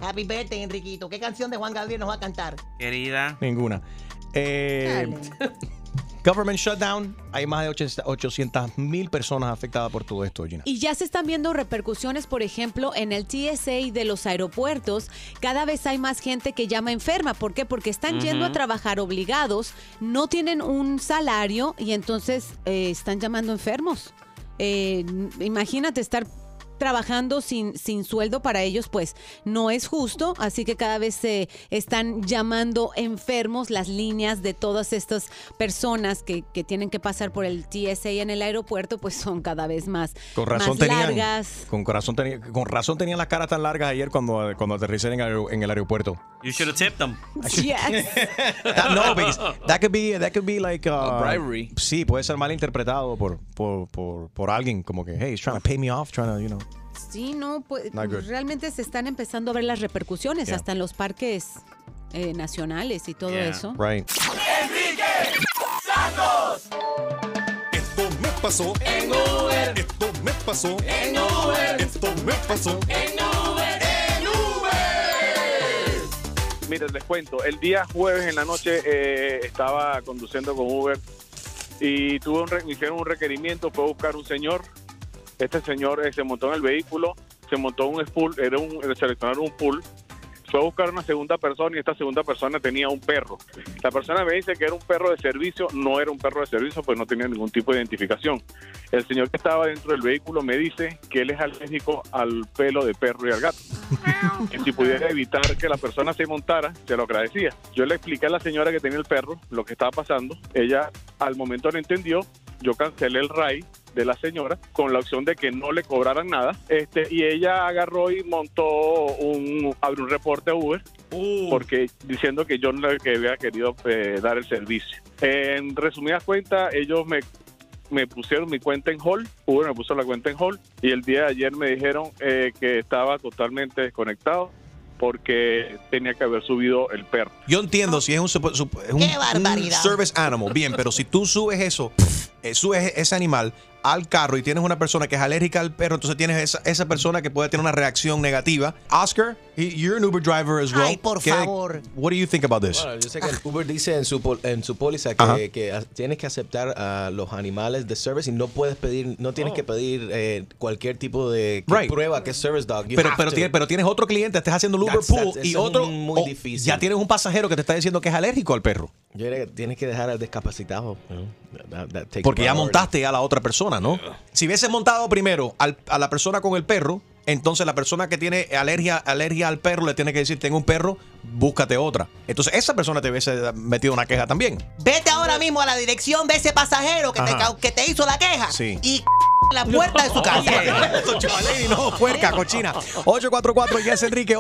A: Happy birthday, Enriquito. ¿Qué canción de Juan Gabriel nos va a cantar?
D: Querida.
C: Ninguna. Eh, government shutdown. Hay más de 800 mil personas afectadas por todo esto, Gina.
E: Y ya se están viendo repercusiones, por ejemplo, en el TSA de los aeropuertos. Cada vez hay más gente que llama enferma. ¿Por qué? Porque están
N: Ujú.
E: yendo a trabajar obligados, no tienen un salario y entonces eh, están llamando enfermos. Eh, n- imagínate estar trabajando sin, sin sueldo para ellos, pues no es justo. Así que cada vez se están llamando enfermos las líneas de todas estas personas que, que tienen que pasar por el TSA en el aeropuerto, pues son cada vez más,
C: Con razón
E: más
C: tenían.
E: largas.
C: Con, corazón tenía- con razón tenían las caras tan largas ayer cuando, cuando aterricé en el, en el aeropuerto.
D: You should have tipped them.
C: That- no, because that could be, that could be like uh,
D: bribery.
C: Sí, puede ser mal interpretado por, por, por, por alguien como que, hey, he's trying to pay me off, trying to, you know.
E: Sí, no, pues
C: Not good.
E: realmente se están empezando a ver las repercusiones
C: Yeah.
E: hasta en los parques eh, nacionales y todo eso.
C: Right.
B: Enrique Santos. Esto me pasó en Uber. Esto me pasó en Uber. Esto me pasó en Uber. En Uber.
Y: Miren, les cuento, el día jueves en la noche eh, estaba conduciendo con Uber y tuve un, re- me hicieron un requerimiento, fue a buscar un señor. Este señor eh, se montó en el vehículo, se montó un spool, era un, seleccionaron un pool, fue a buscar una segunda persona y esta segunda persona tenía un perro. La persona me dice que era un perro de servicio, no era un perro de servicio, pues no tenía ningún tipo de identificación. El señor que estaba dentro del vehículo me dice que él es alérgico al pelo de perro y al gato que si pudiera evitar que la persona se montara, se lo agradecía. Yo le expliqué a la señora que tenía el perro lo que estaba pasando. Ella al momento lo entendió. Yo cancelé el RAI de la señora con la opción de que no le cobraran nada. Este, y ella agarró y montó un, abrió un reporte a Uber porque diciendo que yo no le que había querido eh, dar el servicio. En resumidas cuentas, ellos me me pusieron mi cuenta en hold, Uber me puso la cuenta en hold y el día de ayer me dijeron eh, que estaba totalmente desconectado porque tenía que haber subido el perro.
C: Yo
A: Ah.
C: entiendo si es un, supo- supo- es un- un service animal, bien, pero si tú subes eso, eh, subes ese animal al carro y tienes una persona que es alérgica al perro, entonces tienes esa, esa persona que puede tener una reacción negativa. Oscar, he- you're an Uber driver as well.
A: Ay, por
C: ¿Qué-
A: favor.
C: What do you think about this?
N: Bueno, yo sé que el Uber dice en su, pol- en su póliza
C: Ajá.
N: que, que a- tienes que aceptar a los animales de service y no puedes pedir, no tienes que pedir eh, cualquier tipo de que prueba que es service dog. You
C: Pero,
N: have
C: pero,
N: to.
C: tienes, pero tienes otro cliente, estás haciendo el Uber
N: That's-
C: pool
N: that's- eso
C: y
N: es
C: otro.
N: un- muy
C: o
N: difícil.
C: Ya tienes un pasajero que te está diciendo que es alérgico al perro.
N: Yo diría que tienes que dejar al discapacitado. you know, that- that takes
C: Porque ya
N: priority.
C: montaste a la otra persona, ¿no? Si hubieses montado primero al- a la persona con el perro, entonces la persona que tiene alergia, alergia al perro le tiene que decir, tengo un perro, búscate otra. Entonces esa persona te hubiese metido una queja también.
A: Vete ahora mismo a la dirección de ese pasajero que, te,
C: Ajá.
A: cau- que te hizo la queja
C: Sí.
A: y c- la puerta de su casa.
C: Eso, chavaley, no, puerca, cochina. 844 Yes Enrique,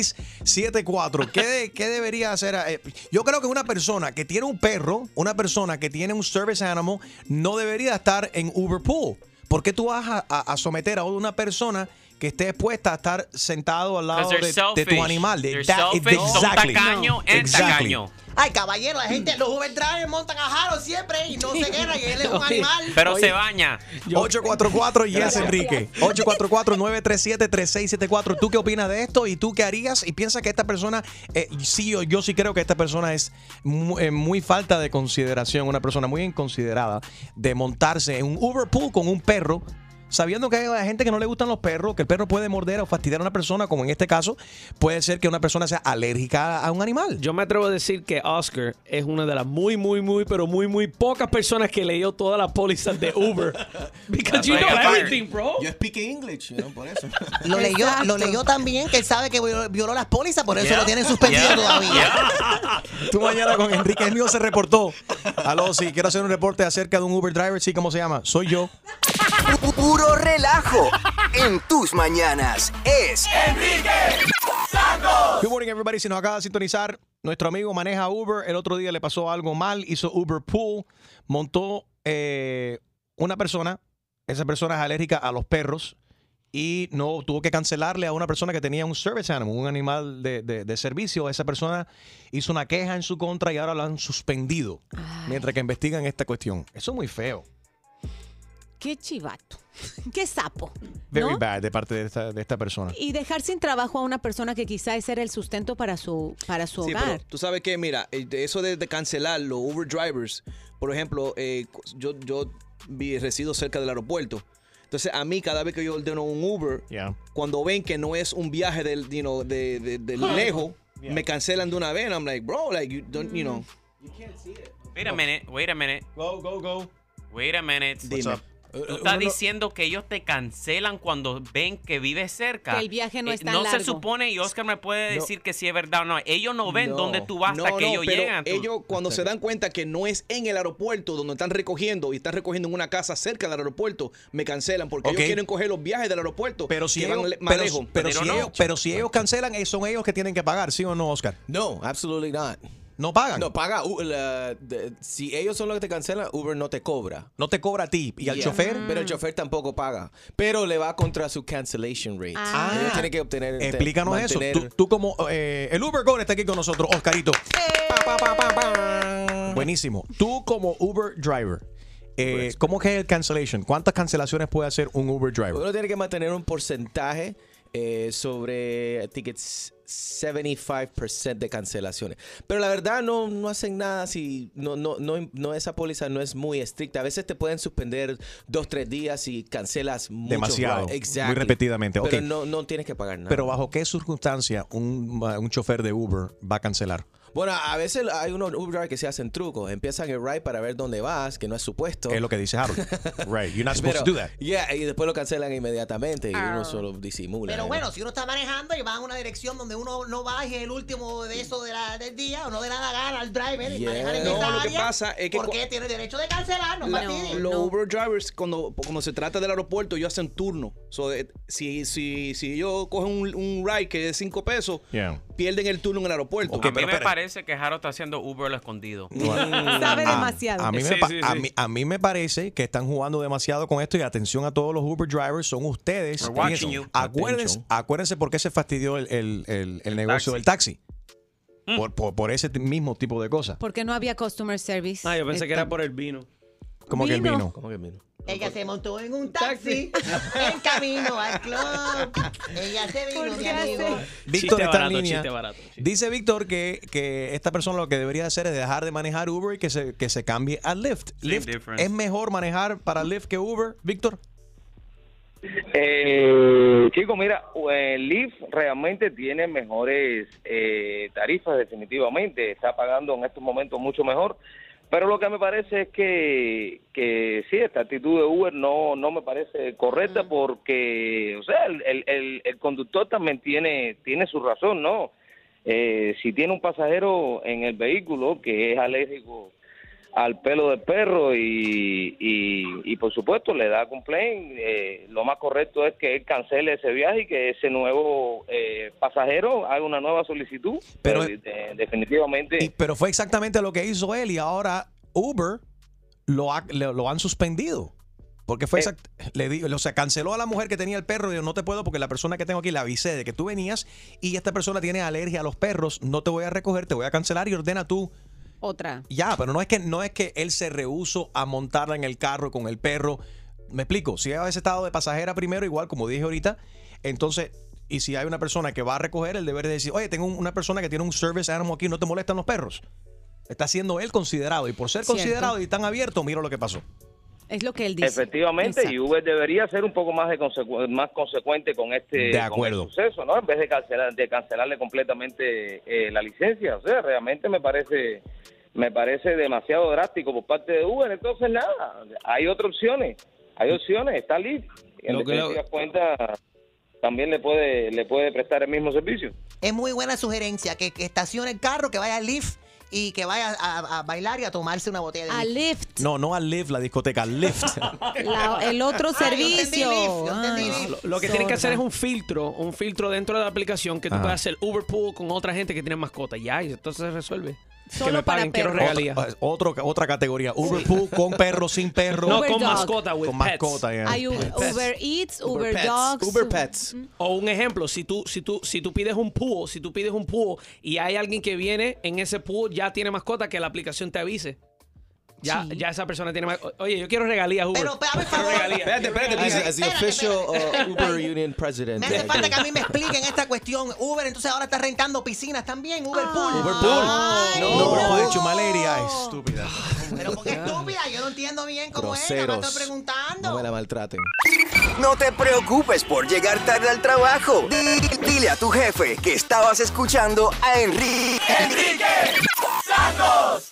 C: 844-937-3674. ¿Qué, de- qué debería hacer? Eh, Yo creo que una persona que tiene un perro, una persona que tiene un service animal, no debería estar en Uber Pool. ¿Por qué tú vas a, a- a someter a una persona que esté expuesta a estar sentado al lado
D: 'Cause
C: de,
D: they're
C: de tu
D: selfish.
C: animal? De-
D: They're
C: that-
D: selfish, son
C: exactly.
D: tacaño and
C: Exactly.
D: tacaño.
A: Ay, caballero, la gente, los Uber drivers montan a Jaro siempre y no se guerra y él es un
C: Oye.
A: animal.
D: Pero
C: Oye.
D: se baña.
C: 844 Yes Enrique. 844-937-3674. ¿Tú qué opinas de esto? ¿Y tú qué harías? ¿Y piensas que esta persona, eh, sí, yo, yo sí creo que esta persona es mu- eh, muy, falta de consideración, una persona muy inconsiderada de montarse en un Uber pool con un perro? Sabiendo que hay gente que no le gustan los perros, que el perro puede morder o fastidiar a una persona, como en este caso, puede ser que una persona sea alérgica a un animal.
H: Yo me atrevo a decir que Oscar es una de las muy, muy, muy, pero muy, muy pocas personas que leyó todas las pólizas de Uber. Because you know everything. bro.
N: Yo speak English, you know, por eso.
A: Lo leyó, lo leyó también que él sabe que violó, violó las pólizas, por eso
N: Yeah.
A: lo tienen suspendido
N: Yeah.
A: todavía.
C: Tú mañana con Enrique el mío se reportó. Aló, sí, quiero hacer un reporte acerca de un Uber driver. Sí, ¿cómo se llama? Soy yo.
J: Puro relajo en tus mañanas es Enrique Santos.
C: Good morning, everybody. Si nos acaba de sintonizar, nuestro amigo maneja Uber. El otro día le pasó algo mal, hizo Uber Pool, montó eh, una persona. Esa persona es alérgica a los perros y no tuvo que cancelarle a una persona que tenía un service animal, un animal de, de- de servicio. Esa persona hizo una queja en su contra y ahora lo han suspendido mientras que investigan esta cuestión. Eso es muy feo.
E: Qué chivato, qué sapo.
C: Very
E: ¿no?
C: bad de parte de esta, de esta persona.
E: Y dejar sin trabajo a una persona que quizá ese era el sustento para su, para su
F: Sí, pero
E: hogar.
F: tú sabes que, mira, eh, de eso de, de cancelar los Uber drivers, por ejemplo, eh, cu- yo, yo vi- resido cerca del aeropuerto. Entonces, a mí, cada vez que yo ordeno un Uber,
C: Yeah.
F: cuando ven que no es un viaje del, you know, de, de- de
D: Huh.
F: lejos, me cancelan de una vez. I'm like, bro, like, you don't, you know.
D: Wait a minute, wait a minute.
C: Go, Eh, go, go.
D: Wait a minute.
F: Dime.
D: Tú
A: uno
D: estás
A: no-
D: diciendo que ellos te cancelan cuando ven que vives cerca. Eh,
E: Que el viaje no es tan
D: No se
E: largo.
D: supone, y Oscar me puede
F: No.
D: decir que sí es verdad o no. Ellos no ven dónde tú vas hasta
F: No,
D: que
F: no,
D: ellos
F: pero
D: llegan. Tú-
F: Ellos cuando se dan cuenta que no es en el aeropuerto donde están recogiendo y están recogiendo en una casa cerca del aeropuerto, me cancelan porque
C: Ok.
F: ellos quieren coger los viajes del aeropuerto.
C: Pero si,
F: que van
C: ellos,
F: le- más
C: pero,
F: lejos.
C: pero si ellos, pero si ellos cancelan, eh, son ellos que tienen que pagar, ¿sí o no, Oscar?
N: No, absolutely not.
C: No pagan.
N: No, paga. U- la- de- si ellos son los que te cancelan, Uber no te cobra.
C: No te cobra a ti. ¿Y al
N: Yeah.
C: chofer?
N: Pero el chofer tampoco paga. Pero le va contra su cancellation rate.
C: Ah.
N: Ellos tienen que obtener. te-
C: Explícanos eso.
N: mantener-
C: Tú, tú como eh, el Uber Gold está aquí con nosotros, Oscarito. Pa, pa, pa, pa. Buenísimo. Tú como Uber driver, eh,
N: Pues.
C: ¿cómo que es el cancellation? ¿Cuántas cancelaciones puede hacer un Uber driver?
N: Uno tiene que mantener un porcentaje eh, sobre tickets 75% de cancelaciones. Pero la verdad no, no hacen nada si no, no, no, no esa póliza no es muy estricta. A veces te pueden suspender dos, tres días y cancelas mucho.
C: Demasiado,
N: Exactly.
C: muy repetidamente,
N: Pero
C: ok.
N: no, no tienes que pagar nada.
C: Pero bajo qué circunstancia un, un chofer de Uber va a cancelar?
N: bueno, a veces hay unos Uber drivers que se hacen trucos. Empiezan el ride para ver dónde vas, que no es supuesto.
C: Es lo que dice Harold. Eh, right, you're not supposed
N: Pero-
C: to do that.
N: Yeah, y después lo cancelan inmediatamente y uno solo disimula.
A: Ah. Pero
N: ¿no?
A: bueno, si uno está manejando y va en una dirección donde uno no va y es el último de eso de la- del día o no de la gana al driver y
F: Yeah.
A: manejar en
F: No,
A: esa
F: lo que
A: área,
F: pasa es que
A: ¿por
F: cu-
A: qué tiene derecho de cancelar? No,
F: La-
A: fastidien.
F: los Uber drivers, cuando, cuando se trata del aeropuerto, ellos hacen turno. So, eh, si, si, si ellos cogen un, un ride que es 5 pesos,
C: Yeah.
F: pierden el turno en el aeropuerto. Ah,
D: a mí me parece que Jaro está haciendo Uber lo escondido.
E: Sabe demasiado.
C: Ah, A, a mí me,
D: Sí,
C: pa-
D: sí,
C: a
D: sí.
C: mí- a mí me parece que están jugando demasiado con esto y atención a todos los Uber drivers, son ustedes.
D: We're watching
C: Fíjense,
D: you.
C: Acuérdense,
D: Attention.
C: acuérdense por qué se fastidió el, el- el- el negocio del taxi. Mm. Por, por- por ese t- mismo tipo de cosas.
E: Porque no había customer service. Este,
H: Ah, yo pensé que era por el vino.
C: Como que el
E: Vino.
C: vino.
A: Ella se montó en un taxi en camino al club. Ella se vino, mi amigo.
C: Víctor
H: Chiste
C: está en
H: barato,
C: línea.
H: chiste barato,
C: Dice Víctor que, que esta persona lo que debería hacer es dejar de manejar Uber y que se, que se cambie a Lyft.
Z: Same
C: Lyft em-
Z: difference.
C: ¿Es mejor manejar para Lyft que Uber, Víctor?
Z: Eh, chico, mira, eh, Lyft realmente tiene mejores eh, tarifas definitivamente, está pagando en estos momentos mucho mejor, pero lo que me parece es que, que sí, esta actitud de Uber no, no me parece correcta porque, o sea, el, el- el- el conductor también tiene, tiene su razón, ¿no? Eh, si tiene un pasajero en el vehículo que es alérgico al pelo del perro y, y, y, por supuesto le da complaint. eh, lo más correcto es que él cancele ese viaje y que ese nuevo eh, pasajero haga una nueva solicitud. Pero eh, definitivamente
C: Pero fue exactamente lo que hizo él y ahora Uber lo, ha- le- lo han suspendido. Porque fue exact- le di- o sea, canceló a la mujer que tenía el perro y dijo, no te puedo porque la persona que tengo aquí la avisé de que tú venías y esta persona tiene alergia a los perros, no te voy a recoger, te voy a cancelar y ordena tú.
E: Otra.
C: Ya, pero no es que no es que él se rehusó a montarla en el carro con el perro. Me explico, si ella hubiese estado de pasajera primero, igual como dije ahorita, entonces, y si hay una persona que va a recoger, el deber de decir, oye, tengo un- una persona que tiene un service animal aquí, no te molestan los perros. Está siendo él considerado, y por ser
E: Cierto.
C: considerado y tan abierto, mira lo que pasó.
E: Es lo que él dice.
Z: Efectivamente, y
E: Exacto.
Z: Uber debería ser un poco más de consecu- más consecuente con este
C: De
Z: con
C: acuerdo.
Z: este suceso, ¿no? En vez de cancelar de cancelarle completamente eh, la licencia, o sea, realmente me parece me parece demasiado drástico por parte de Uber, entonces nada, hay otras opciones, hay opciones, está Lyft, en
H: Lo que lo-
Z: definitiva cuenta también le puede le puede prestar el mismo servicio.
A: Es muy buena sugerencia que, que estacione el carro, que vaya al lift y que vaya a, a bailar y a tomarse una botella de
E: A
A: Lyft.
E: Lyft,
C: No, no a Lyft, la discoteca, Lyft.
E: la- el otro
A: Ah, yo entendí
E: servicio. Ah.
A: Lyft, yo entendí
E: Ay,
A: Lyft.
H: Lo que tienen que hacer es
E: sorda.
H: un filtro, un filtro dentro de la aplicación que tú
C: Ajá.
H: puedas hacer Uber Pool con otra gente que tiene mascota. Ya, y entonces se resuelve. que me
E: para
H: paguen, quiero
E: perros.
H: regalías.
C: Otra, otro- otra categoría, Uber Pool con perro, sin perro.
H: No,
E: Uber
H: con
E: Dog.
H: mascota, with
C: Con
H: pets.
C: mascota, yeah.
E: Hay Uber,
H: Pets.
E: Uber Eats, Uber,
H: Uber pets,
E: Dogs.
H: Uber
N: pets.
H: O un ejemplo, si tú, si tú, si tú pides un pool, si tú pides un pool y hay alguien que viene en ese pool, ya tiene mascota, que la aplicación te avise. Ya, ya esa persona tiene mascota. Oye, yo quiero regalías, Uber. Pero,
N: Espérate, espérate,
H: Espérate,
N: as, as the official uh, Uber Union president.
A: Me hace falta que a mí me expliquen esta cuestión. Uber, entonces ahora está rentando piscinas también. Uber Pool.
C: Uber Pool.
A: Ay,
C: no, no, de chumalería, estúpida.
A: Pero porque estúpida, yo no entiendo bien cómo es. Nada más estoy
N: Groseros.
A: preguntando.
N: No me la maltraten.
J: No te preocupes por llegar tarde al trabajo. Di- Dile a tu jefe que estabas escuchando a Enrique.
B: Santos.